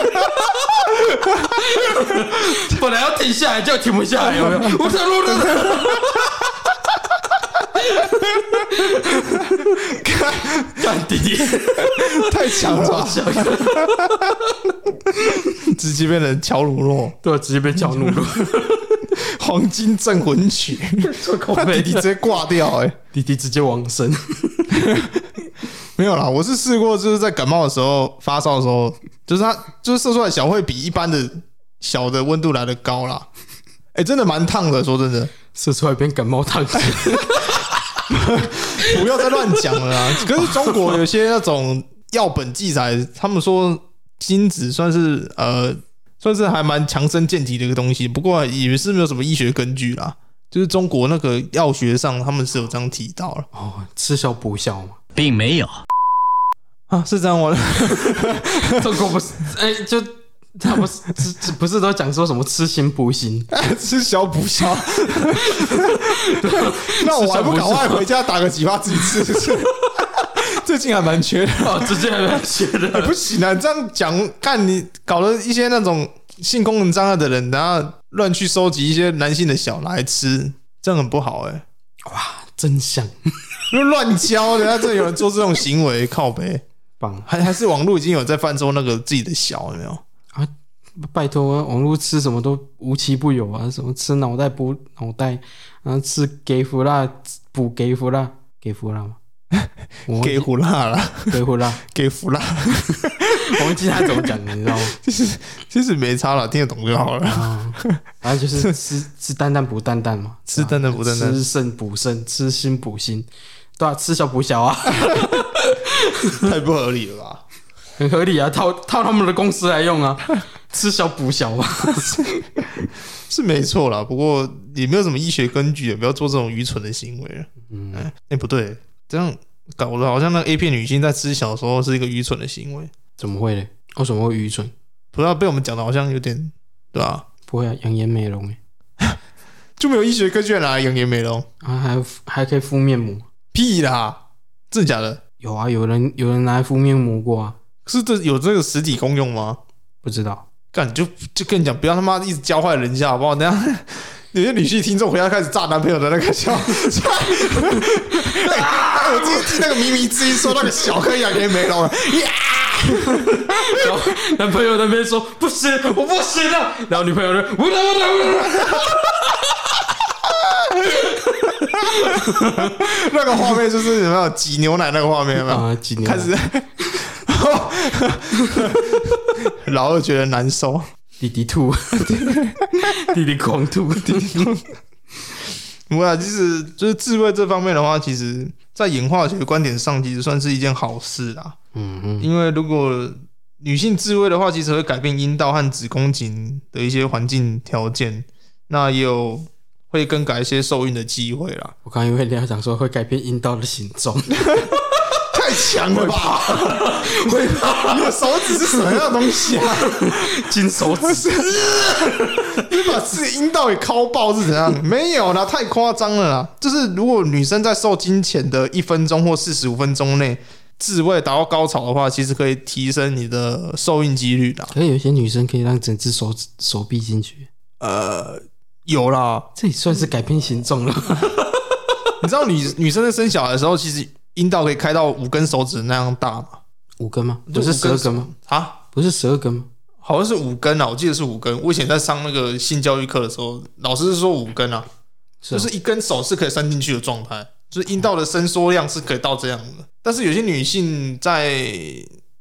本来要停下来，就停不下来，有没有？ 我想录了， 干弟弟， 太强了吧，小 哥，直接变成乔鲁诺对，直接被叫怒 了。黄金镇魂曲，做 口他弟碑弟直接挂掉、哎，弟弟直接往生。没有啦，我是试过，就是在感冒的时候、发烧的时候，就是它就是射出来的小会比一般的小的温度来的高啦，哎、真的蛮烫的，说真的。射出来变感冒汤，不要再乱讲了啦！可是中国有些那种药本记载，他们说精子算是呃，算是还蛮强身健体的一个东西，不过也是没有什么医学根据啦。就是中国那个药学上，他们是有这样提到了 哦，吃小补小嘛。并没有。啊，是这样吗？中国不是，哎、就他不是吃吃不是都讲说什么吃心补心，吃小补 小，那我还不赶快回家打个几发自己吃？ 最近还蛮缺的，哦，直接来写哎的，不行啊！你这样讲，看你搞了一些那种性功能障碍的人，然后乱去收集一些男性的小来吃，这样很不好哎、真相因为乱教的，他真的有人做这种行为，靠呗！棒还还是网络已经有在贩售那个自己的小，有没有？啊！拜托啊，网络吃什么都无奇不有啊，什么吃脑袋补脑袋，然后吃给福辣补给福辣，给福辣 吗？我忘给记胡辣啦，给福辣，给胡辣，我忘记他怎么讲的，你知 道吗？其实其实没差了，听得懂就好了。啊，然后就是吃吃蛋蛋补蛋蛋嘛，吃蛋蛋补蛋蛋吃肾补肾，吃心补心，对啊，吃小补小啊，太不合理了吧？很合理啊，套套他们的公司来用 啊，吃小补小啊嘛，是没错啦，不过也没有什么医学根据，也不要做这种愚蠢的行为了。嗯，哎、不对，这样搞得好像那个 A 片女性在吃小的时候是一个愚蠢的行为， 怎么会呢？为什么会愚蠢？不知道被我们讲的好像有点对吧、不会啊，养颜美容哎、就没有医学根据拿来养颜美容？啊，还有还可以敷面膜，屁啦，真的假的？有啊，有人有人拿来敷面膜过啊，是这有这个实体功用吗？不知道，干你就就跟你讲，不要他妈一直教坏人家好不好？等一下 有些女性听众回家开始炸男朋友的那个笑， 哎我今天听那个靡靡之音说那个小可以养颜美容了，啊然后男朋友那边说不行，我不行 了，然后女朋友就不能不能不能，那个画面就是有没有挤牛奶那个画面有没有？啊，几年了开始， 老二觉得难受。弟弟吐， 弟弟狂吐， 弟弟不会啊，其实就是智慧这方面的话，其实在演化学观点上，其实算是一件好事啦。 嗯嗯，因为如果女性自慰的话，其实会改变阴道和子宫颈的一些环境条件，那也有会更改一些受孕的机会啦。我刚以为你要讲说会改变阴道的形状， 太强了吧！ 会吧？你的手指是什么样的东西 啊？金手指， 你把自己阴道给敲爆是怎样？没有啦，太夸张了啦！就是如果女生在受精前的一分钟或四十五分钟内自慰达到高潮的话，其实可以提升你的受孕几率啦。可是有些女生可以让整只手指手臂进去，呃，有啦，这也算是改变形状了。你知道女女生在生小孩的时候，其实阴道可以开到五根手指那样大吗？ 五根吗？就不是五十二手根吗？？啊，不是十二根吗？好像是五根啊，我记得是五根。我以前在上那个性教育课的时候，老师是说五根啊，就是哦是一根手是可以伸进去的状态，就是阴道的伸缩量是可以到这样的。但是有些女性在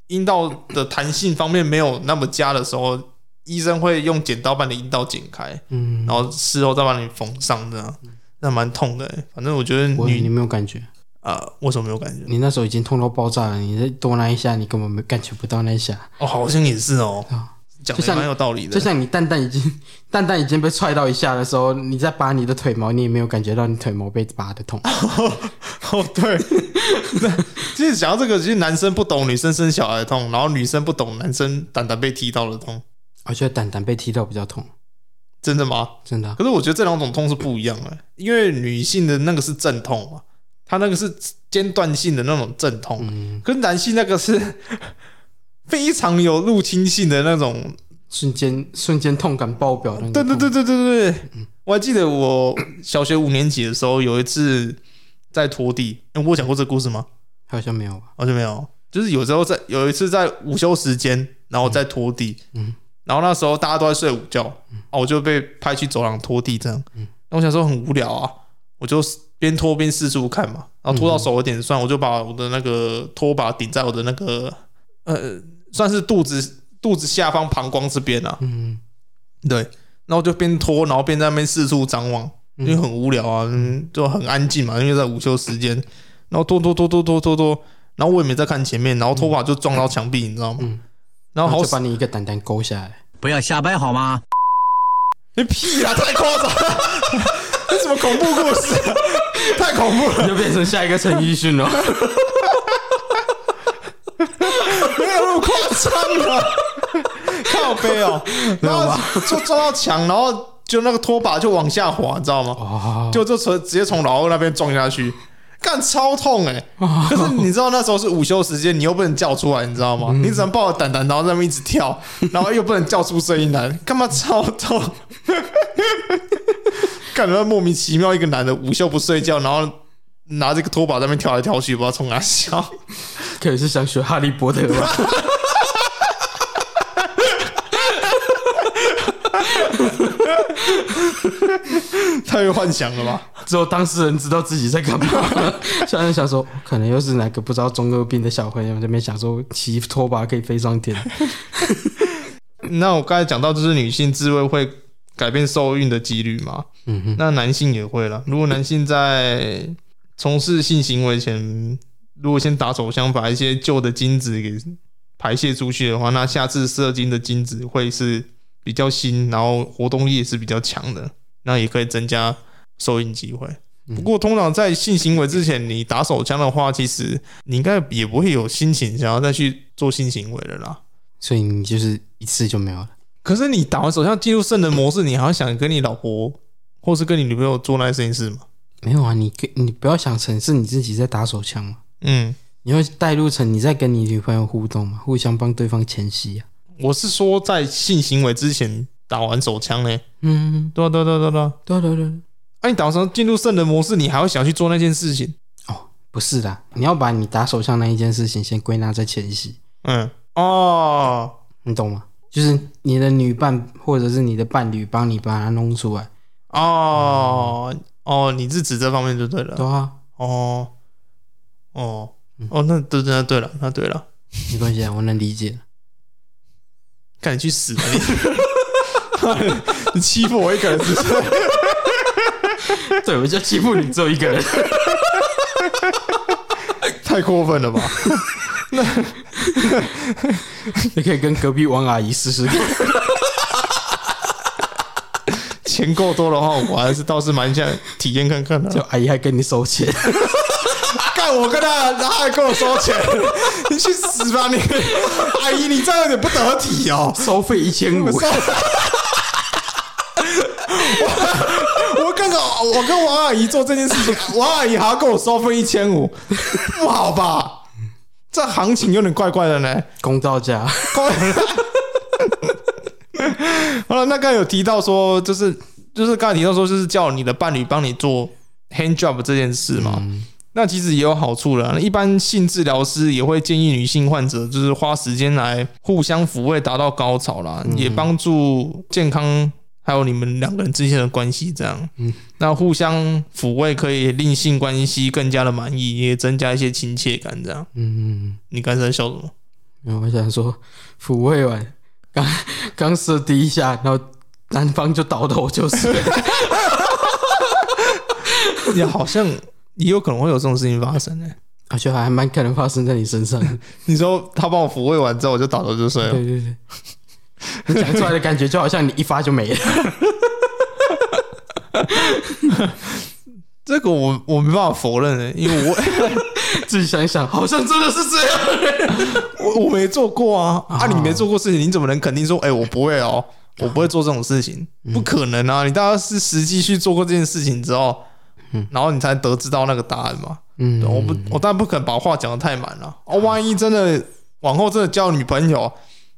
阴道的弹性方面没有那么佳的时候，医生会用剪刀把你阴道剪开，嗯然，后事后再把你缝上，这样那蛮痛的欸、反正我觉得我你女没有感觉，啊，为什么没有感觉？你那时候已经痛到爆炸了，你再多那一下，你根本没感觉不到那一下，哦，好像也是哦啊，讲就的像蛮有道理就的。像你蛋蛋已经蛋蛋已经被踹到一下的时候，你再拔你的腿毛，你也没有感觉到你腿毛被拔的痛。 哦，对，那其实讲到这个，其实男生不懂女生生小孩的痛，然后女生不懂男生胆胆被踢到的痛，我觉得蛋蛋被踢到比较痛，真的吗？真的啊、可是我觉得这两种痛是不一样的，因为女性的那个是阵痛嘛，她那个是间断性的那种阵痛，嗯，跟男性那个是 非常有入侵性的那种。瞬间瞬间痛感爆表的。对对对，对对对，我还记得我小学五年级的时候有一次在拖地，诶我有讲过这个故事吗？好像没有吧？好像没有，哦就是有时候在有一次在午休时间，然后在拖地，嗯然后那时候大家都在睡午觉，啊，我就被派去走廊拖地这样，那我想说很无聊啊，我就边拖边四处看嘛，然后拖到手有点酸，我就把我的那个拖把顶在我的那个呃，算是肚子肚子下方膀胱这边啊，嗯，对，然后我就边拖，然后边在那边四处张望，因为很无聊啊，嗯，就很安静嘛，因为在午休时间，然后拖拖拖拖拖拖拖，然后我也没在看前面，然后拖把就撞到墙壁，你知道吗？嗯然后好就死把你一个蛋蛋勾下来。不要瞎掰好吗？你哎屁啦，太夸张了！ 这什么恐怖故事、啊？ 太恐怖了！就变成下一个陈奕迅哦 了。哎没有那么夸张了。靠 靠背 哦，啊然后就撞到墙，然后就那个拖把就往下滑，你知道吗？哦，就就从直接从老二那边撞下去，干超痛 哎、可是你知道那时候是午休时间，你又不能叫出来，你知道吗？你只能抱着蛋蛋，然后在那边一直 跳，然后又不能叫出声音来，干嘛超痛？ 感觉莫名其妙，一个男的午休不睡觉，然后拿这个拖把在那边跳来跳去，不知道冲哪笑。可能是想学哈利波特吧。 太有幻想了吧？只有当事人知道自己在干 嘛。现在想说，可能又是哪个不知道中二病的小朋友在那边想说，骑拖把可以飞上天。那我刚才讲到，就是女性自慰会改变受孕的几率嘛？嗯哼，那男性也会啦。如果男性在从事性行为前，如果先打手枪把一些旧的精子给排泄出去的话，那下次射精的精子会是比较新，然后活动力也是比较强的，那也可以增加受孕机会。不过，通常在性行为之前，你打手枪的话，其实你应该也不会有心情想要再去做性行为了啦。所以你就是一次就没有了。可是你打完手枪进入圣人模式，你还要想跟你老婆或是跟你女朋友做那些事情是吗？没有啊，你可你不要想成是你自己在打手枪嘛，嗯，你会带入成你在跟你女朋友互动嘛，互相帮对方前戏啊。我是说在性行为之前打完手枪呢。嗯，对啊，对啊，对啊对啊对啊。对啊对啊对啊，哎、你打完手枪进入圣人模式，你还要想去做那件事情？哦不是啦，你要把你打手枪那一件事情先归纳在前戏，嗯，哦，你懂吗？就是你的女伴或者是你的伴侣帮你把它弄出来，哦，哦，你是指这方面就对了。对啊，哦，哦，哦，那对对那对了，那对了，没关系啊，我能理解。赶紧去死吧你！ 你欺负我一个人是不是？对，我就欺负你只有一个人。太过分了吧？ 你可以跟隔壁王阿姨试试看。钱够多的话，我还是倒是蛮想体验看看的、就阿姨还跟你收钱，啊干我跟他，然后还跟我收 钱，你去死吧你！阿姨，你这样有点不得体哦。 收费一千五我。我跟着我跟王阿姨做这件事情，王阿姨还要跟我收费一千五，不好吧？这行情有点怪怪的呢。公道价。怪好了，那刚才有提到说，就是就是刚才提到说，就是叫你的伴侣帮你做 hand job 这件事嘛。嗯那其实也有好处了。一般性治疗师也会建议女性患者，就是花时间来互相抚慰，达到高潮啦，嗯也帮助健康，还有你们两个人之间的关系。这样，嗯那互相抚慰可以令性关系更加的满意，也增加一些亲切感。这样，嗯，你刚才在笑什么？然后我想说，抚慰完，刚刚射第一下，然后男方就倒头就睡。 也好像也有可能会有这种事情发生呢、欸我觉得啊还蛮可能发生在你身上的。你说他帮我抚慰完之后，我就倒头就睡了。 对对对，你讲出来的感觉就好像你一发就没了。这个我我没办法否认的、欸因为我。自己想一想，好像真的是这样。 我我没做过啊， 啊，你没做过事情，你怎么能肯定说，哎、我不会哦，我不会做这种事情？不可能啊！你大家是实际去做过这件事情之后，然后你才得知到那个答案嘛。嗯对我不，我当然不可能把话讲的太满了。哦，万一真的往后真的交女朋友，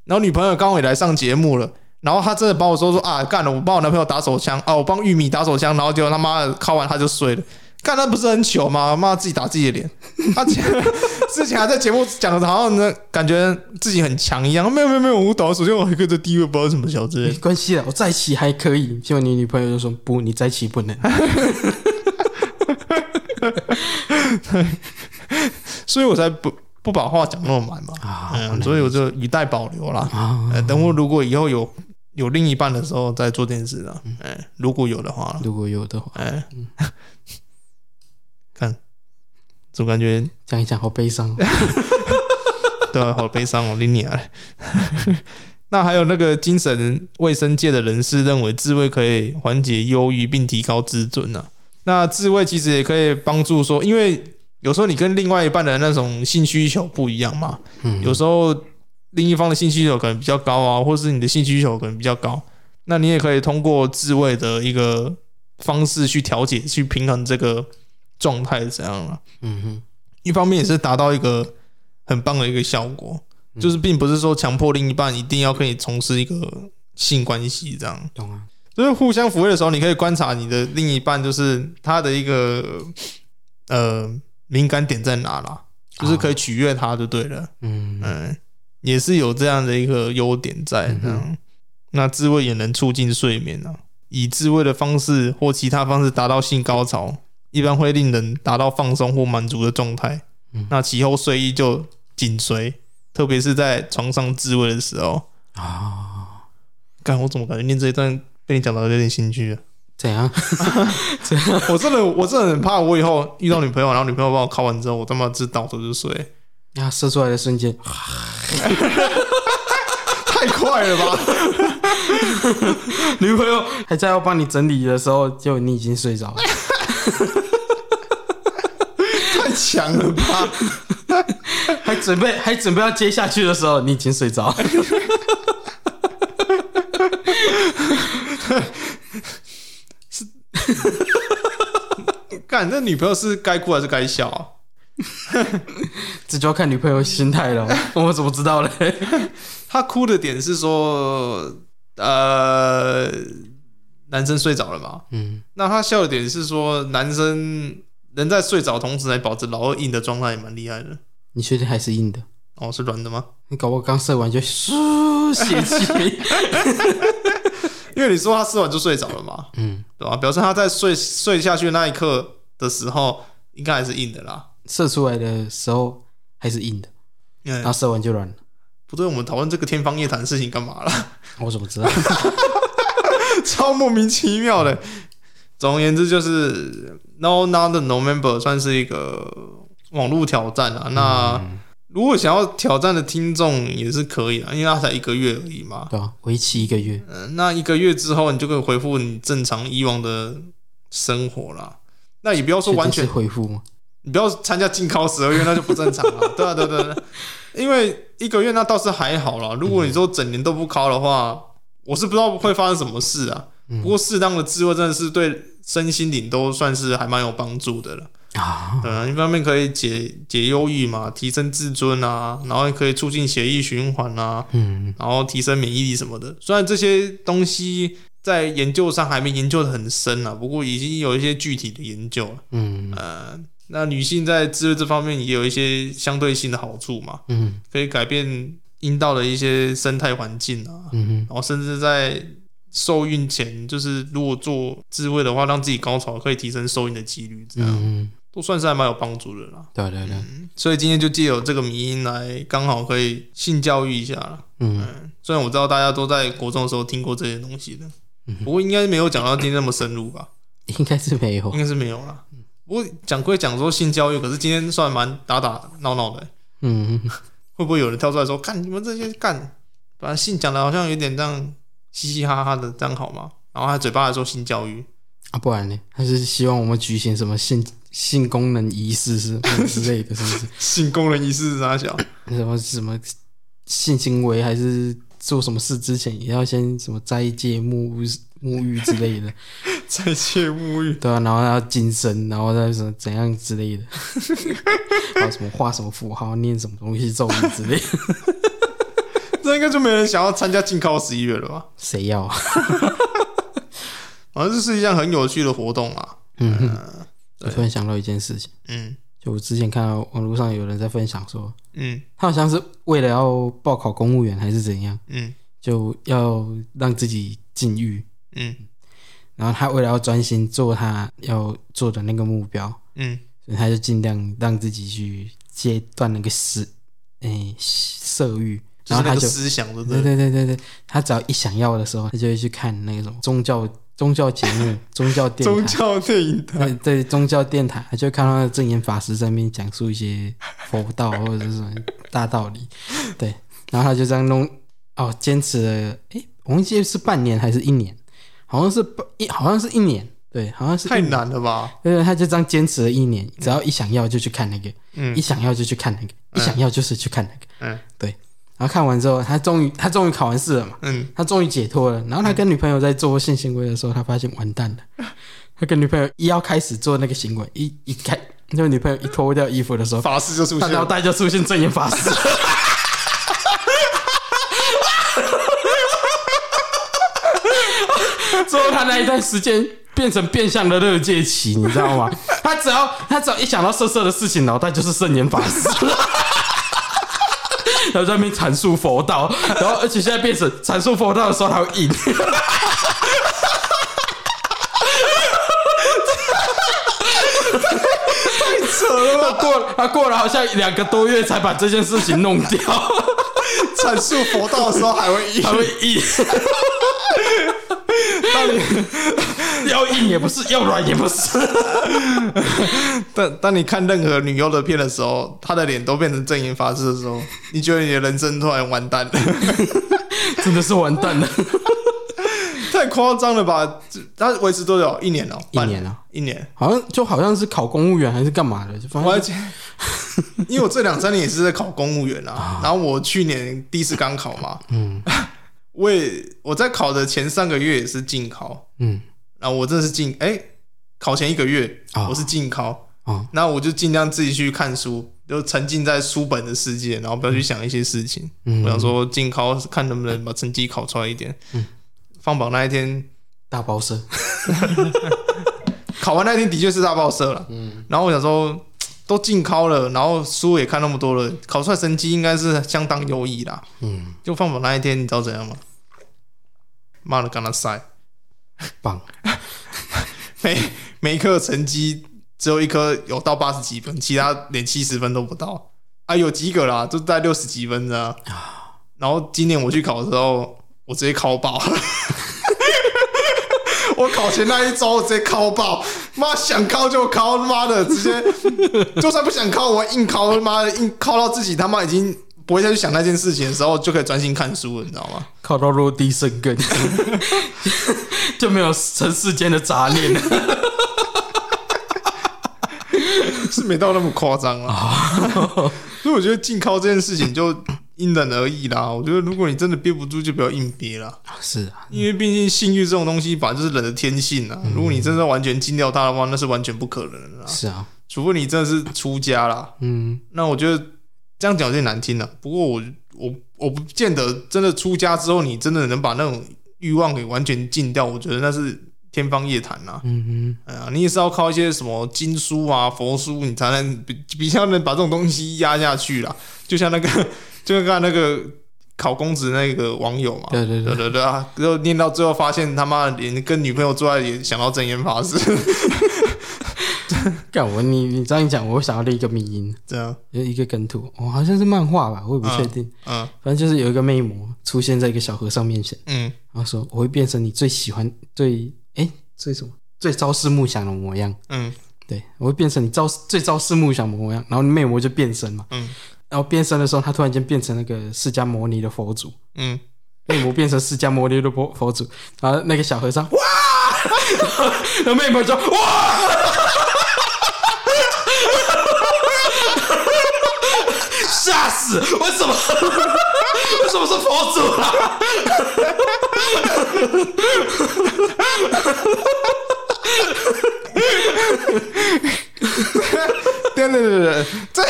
然后女朋友刚好也来上节目了。然后她真的把我说说啊，干了！我帮我男朋友打手枪啊，我帮玉米打手枪，然后结果他妈的敲完他就睡了，干那不是很糗吗？妈自己打自己的脸，他前 之前还在节目讲的，好像呢感觉自己很强一样，没有没有没有，我打手枪我还可以在低位，不知道什么小之类没的。关系的，我再骑还可以。结果你女朋友就说：“不，你再骑不能。所以我才不不把话讲那么满嘛，啊嗯，所以我就以待保留啦”。 啊，呃，等我如果以后有有另一半的时候再做这件事啊，哎、如果有的话啦，如果有的话，哎、 看，总感觉讲一讲好悲 伤、哦。对啊、好悲伤哦，林尼啊。 那还有那个精神卫生界的人士认为，自慰可以缓解忧郁并提高自尊啊。那自慰其实也可以帮助说，因为有时候你跟另外一半的那种性需求不一样嘛，嗯有时候另一方的性需求可能比较高啊，或是你的性需求可能比较高，那你也可以通过自慰的一个方式去调节、去平衡这个状态，怎样啊？嗯哼，一方面也是达到一个很棒的一个效果，就是并不是说强迫另一半一定要跟你从事一个性关系这样。懂啊，就是互相抚慰的时候，你可以观察你的另一半，就是他的一个呃敏感点在哪啦，就是可以取悦他就对了。嗯，嗯，也是有这样的一个优点在嗯。哼这样，那自慰也能促进睡眠啊，以自慰的方式或其他方式达到性高潮，一般会令人达到放松或满足的状态。嗯那其后睡意就紧随，特别是在床上自慰的时候。啊，干，我怎么感觉念这一段被你讲到有点心虚啊？怎样？ 我真的，我真的很怕，我以后遇到女朋友，然后女朋友把我敲完之后，我他妈直倒头就 睡，呀，啊射出来的瞬间， 太快了吧？女朋友还在要帮你整理的时候，就你已经睡着了。太强了吧？还准备还准备要接下去的时候，你已经睡着。干，这女朋友是该哭还是该笑啊？ 这就要看女朋友心态 了。我怎么知道嘞？她哭的点是说，呃，男生睡着了嘛？嗯，那她笑的点是说，男生能在睡着同时还保持老二硬的状态，也蛮厉害的。 你确定还是硬的？哦，是软的吗？你搞不好刚射完就咻泄气。因为你说他吃完就睡着了嘛，嗯，对吧、表示他在睡睡下去那一刻的时候，应该还是硬的啦。 射出来的时候还是硬的，嗯然后，射完就软了。不对，我们讨论这个天方夜谭的事情干嘛啦？我怎么知道？超莫名其妙的。总而言之，就是《No Not the November》算是一个网络挑战啊。那如果想要挑战的听众也是可以啊的，因为它才一个月而已嘛。 对啊，为期一个 月。嗯，那一个月之后，你就可以恢复你正常以往的生活啦。那也不要说完全确定是恢复吗？你不要参加禁考十二月，那就不正常了。对啊，对啊对啊对啊，因为一个月那倒是还好啦。如果你说整年都不考的话，我是不知道会发生什么事啊。嗯不过适当的自慰真的是对身心灵都算是还蛮有帮助的了。 啊，嗯，一方面可以解解忧郁嘛，提升自尊啊，然后也可以促进血液循环啊，嗯，然后提升免疫力什么的。虽然这些东西在研究上还没研究的很深啊，不过已经有一些具体的研究了。嗯，呃，那女性在自慰这方面也有一些相对性的好处嘛，嗯，可以改变阴道的一些生态环境啊，嗯，然后甚至在受孕前，就是如果做自慰的话，让自己高潮可以提升受孕的几率，这样、嗯，都算是还蛮有帮助的啦。对对对，所以今天就借由这个迷因来，刚好可以性教育一下啦。嗯，嗯，虽然我知道大家都在国中的时候听过这些东西的嗯，哼不过应该没有讲到今天那么深入吧。应该是没有应。该是没有啦。不过讲归讲说性教育，可是今天算蛮打打闹闹的、嗯，会不会有人跳出来说：“看你们这些干，把性讲的好像有点这样嘻嘻哈哈的，这样好吗？”然后他嘴巴还说性教育，啊，不然呢？他是希望我们举行什么性性功能仪式 是之类的，是不是？性功能仪式啥小？什么什么性行为还是做什么事之前，也要先什么斋戒、沐浴、沐浴之类的，再切沐浴，对啊，然后要精神，然后再什么怎样之类的， 还有什么画什么符号、念什么东西咒语之类的，这应该就没人想要参加禁靠十一月了吧？谁要啊？反正这是一项很有趣的活动啦。嗯哼，嗯我突然想到一件事情，嗯就我之前看到网络上有人在分享说，嗯他好像是为了要报考公务员还是怎样，嗯就要让自己禁欲。嗯然后他为了要专心做他要做的那个目标，嗯所以他就尽量让自己去戒断那个食，诶、色欲，就是然后那他个就思想，对不对对？对对对对，他只要一想要的时候，他就会去看那个什么宗教宗教节 目、宗教电宗台。教电影台，对对，宗教电台，他就看到正言法师在那边讲述一些佛道或者是什么大道 理，对，然后他就这样弄，哦，坚持了，诶，我忘记是半年还是一年，好像是半一，好像是一年，对，好像是一太年难了吧？对对，他就这样坚持了一年，只要一想要就去看那个，嗯一想要就去看那个，一想要就是去看那个，嗯对。然然后看完之后，他终于他终于考完试了嘛，嗯，他终于解脱了。然后他跟女朋友在做性行为的时候，他发现完蛋了。他跟女朋友一要开始做那个行为，一一开，就女朋友一脱掉衣服的时候，法师就出他现脑了，袋就出现正言法师。 之后他那一段时间变成变相的乐界期，你知道吗？他只要他只要一想到色色的事情，脑袋就是圣言法师。然后在那边阐述佛道，然后而且现在变成阐述佛道的时候，他会硬。他过他过了好像两个多月才把这件事情弄掉，阐述佛道的时候还会一他会 硬。到底 要硬也不是，要软也不是。但当你看任何女优的片的时候，她的脸都变成正言法师的时候，你觉得你的人生突然完 蛋了，真的是完蛋了。太夸张了吧？这她维持多久？一年哦、一半年啊，一年。好像就好像是考公务员还是干嘛的，反我还正就记因为我这两三年也是在考公务员啊，然后我去年第一次刚考嘛，嗯 我也我在考的前三个月也是进考，嗯然后我真的是进哎、考前一个月啊我是进考，啊那我就尽量自己去看书，就沉浸在书本的世界，然后不要去想一些事情。嗯我想说进考看能不能把成绩考出来一点。嗯放榜那一天，大包生，考完那一天的确是大爆社了。嗯然后我想说，都进考了，然后书也看那么多了，考出来成绩应该是相当优异啦。嗯，就放榜那一天，你知道怎样吗？妈的，干他塞！棒，每每一科的成绩只有一科有到八十几分，其他连七十分都不到啊，有及格啦，就在六十几分的、啊。 然后今年我去考的时候，我直接考爆了。 我考前那一周直接考爆，妈想考就考，妈的直接，就算不想考，我硬考，妈的硬考到自己他妈已经不会再去想那件事情的时候，就可以专心看书了，你知道吗？考到落地生 根，就没有尘世间的杂念了。是没到那么夸张啦。 所以我觉得禁靠这件事情就因人而异啦。我觉得如果你真的憋不住，就不要硬憋啦，是啊，因为毕竟性欲这种东西本来就是人的天性啊。如果你真的完全禁掉它的话，那是完全不可能的啦。是啊，除非你真的是出家啦。嗯那我觉得这样讲有点难听了。啊不过我我我不见得真的出家之后，你真的能把那种欲望给完全禁掉，我觉得那是天方夜谭啦。嗯哎呀，你也是要靠一些什么经书啊、佛书，你才能比比较能把这种东西压下去啦。就像那个， 就像刚才那个考公子那个网友嘛，对对哦对对对啊，然后念到最后发现他妈连跟女朋友做爱也想到真言法师，哼，干我你你这样一讲，我想到另一个迷因， 这样，有一个梗图，哦，好像是漫画吧，我也不确定，嗯反正就是有一个魅魔出现在一个小和尚面前，嗯，然后说我会变成你最喜欢最哎最什么最朝思暮想的模样。嗯对，我会变成你朝最朝思暮想的模样，然后魅魔就变身嘛，嗯，然后变身的时候，他突然间变成那个释迦牟尼的佛祖，嗯，魅魔变成释迦牟尼的佛佛祖，然后那个小和尚哇，然后魅魔就哇，吓死！为什么？为什么是佛祖啊啦、 对对对对，这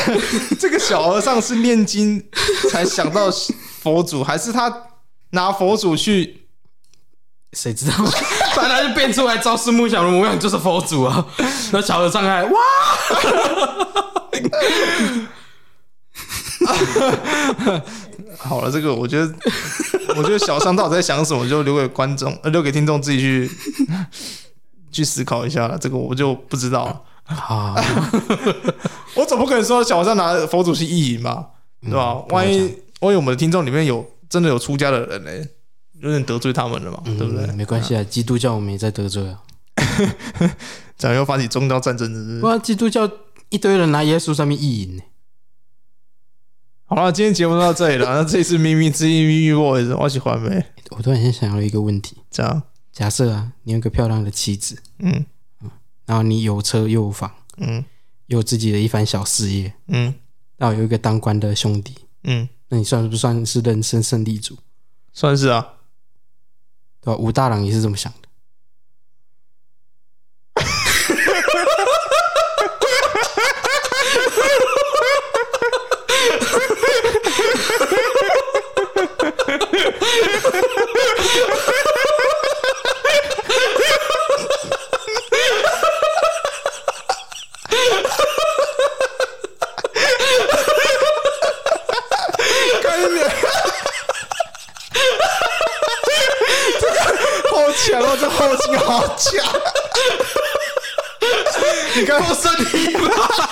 这个小和尚是念经才想到佛祖，还是他拿佛祖去谁知道？反正他就变出来朝思暮想的模样，就是佛祖啊。那小和尚还哇，好了，这个我觉得， 我觉得小商到底在想什么，就留给观众，呃，留给听众自己去 去思考一下了。这个我就不知道了。 啊，我总不可能说小商拿佛祖去意淫吧，对吧？万一万一我们的听众里面有真的有出家的人呢、有点得罪他们了嘛，对不对？没关系啊，基督教我们也在得罪啊。怎样又发起宗教战争了是不是？哇，基督教一堆人拿耶稣上面意淫呢，好了，今天节目就到这里了。那这一次秘密之音秘密 boys，我喜欢没？我突然间想到一个问题：这样，假设啊，你有一个漂亮的妻子，啊嗯然后你有车又有房，嗯又有自己的一番小事业，嗯然后有一个当官的兄弟，嗯那你算不算是人生胜利组？算是啊。对吧？武大郎也是这么想的。好强哦，这后劲好强！ 你看我身体吧。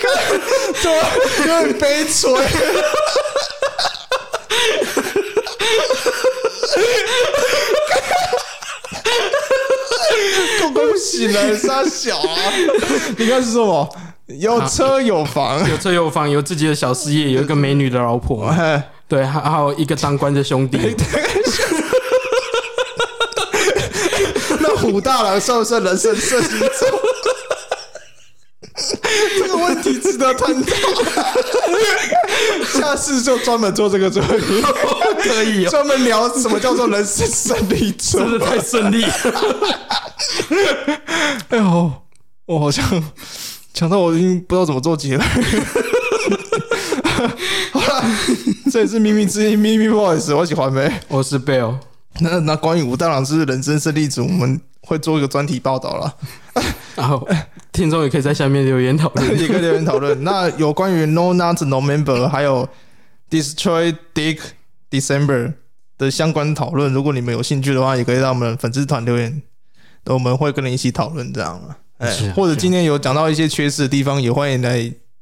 看，怎么有点悲催？公公不行了，傻小啊！你看是什么？有车 有房，有车有房，有自己的小事业，有一个美女的老婆，哎 对，还还有一个当官的兄 弟。那武大郎算不算人生胜利 者？这个问题值得探 讨，下次就专门做这个专题，可以哦，专门聊什么叫做人生胜利真的者。太顺利了。哎呦，我好像讲到我已经不知道怎么做 结了。好了，这也是秘密之一，秘密不好意思，我喜欢呗。我是 Bill，那那关于武大郎是人生胜利者，我们会做一个专题报道了。然后 听众也可以在下面留言讨 论。也可以留言讨论。那有关于 No Not November 还有 Destroy Dick December 的相关讨论，如果你们有兴趣的话，也可以让我们粉丝团留言，我们会跟你一起讨论这样了。哎、是啊或者是啊今天有讲到一些缺失的地方，也欢迎来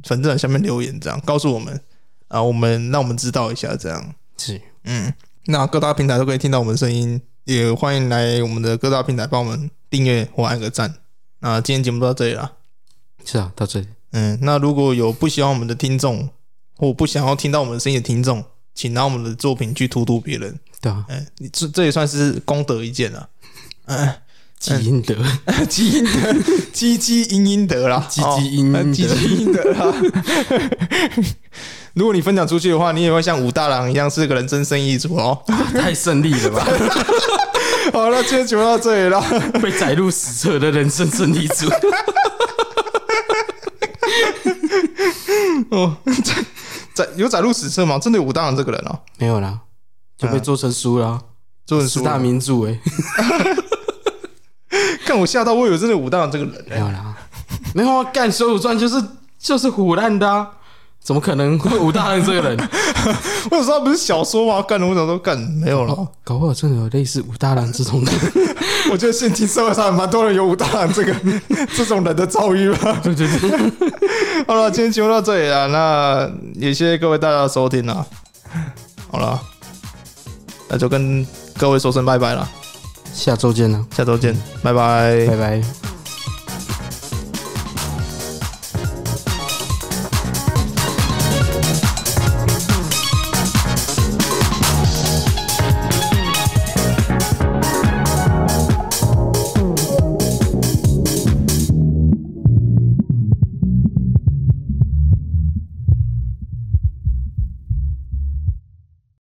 粉丝团下面留言，这样告诉我们啊，我们让我们知道一下这样。是嗯，那各大平台都可以听到我们的声音，也欢迎来我们的各大平台帮我们订阅或按个赞。那今天节目就到这里了。是啊，到这里嗯，那如果有不喜欢我们的听众，或不想要听到我们声音的听众，请拿我们的作品去荼毒别人。对啊，嗯，你这这也算是功德一件了。嗯，基因德，积阴德，积积阴阴德啦，积积阴阴德哦积积阴德啦。 如果你分享出去的话，你也会像武大郎一样是个人真生意主哦。太胜利了 吧？好了，今天节目到这里了。被载入史册的人生胜利组。哦，载有载入史册吗？真的有武大郎这个人哦，没有啦，就被做成书了啊，这本十书大名著哎，看我吓到，我以为真的有武大郎这个人、欸没。有啦， 没有啊，干《水浒传》就是就是虎烂的啊，怎么可能会武大郎这个人？我有时候不是小说吗？干了，我想说干没有了。 搞不好真的有类似武大郎这种人。 我觉得现今社会上蛮多人有武大郎这个 这种人的遭遇吧。 对对对， 好了，今天节目到这里了，那也谢谢各位大家的收听了。好了，那就跟各位说声拜拜了，下周见了，下周见，拜拜哎拜拜。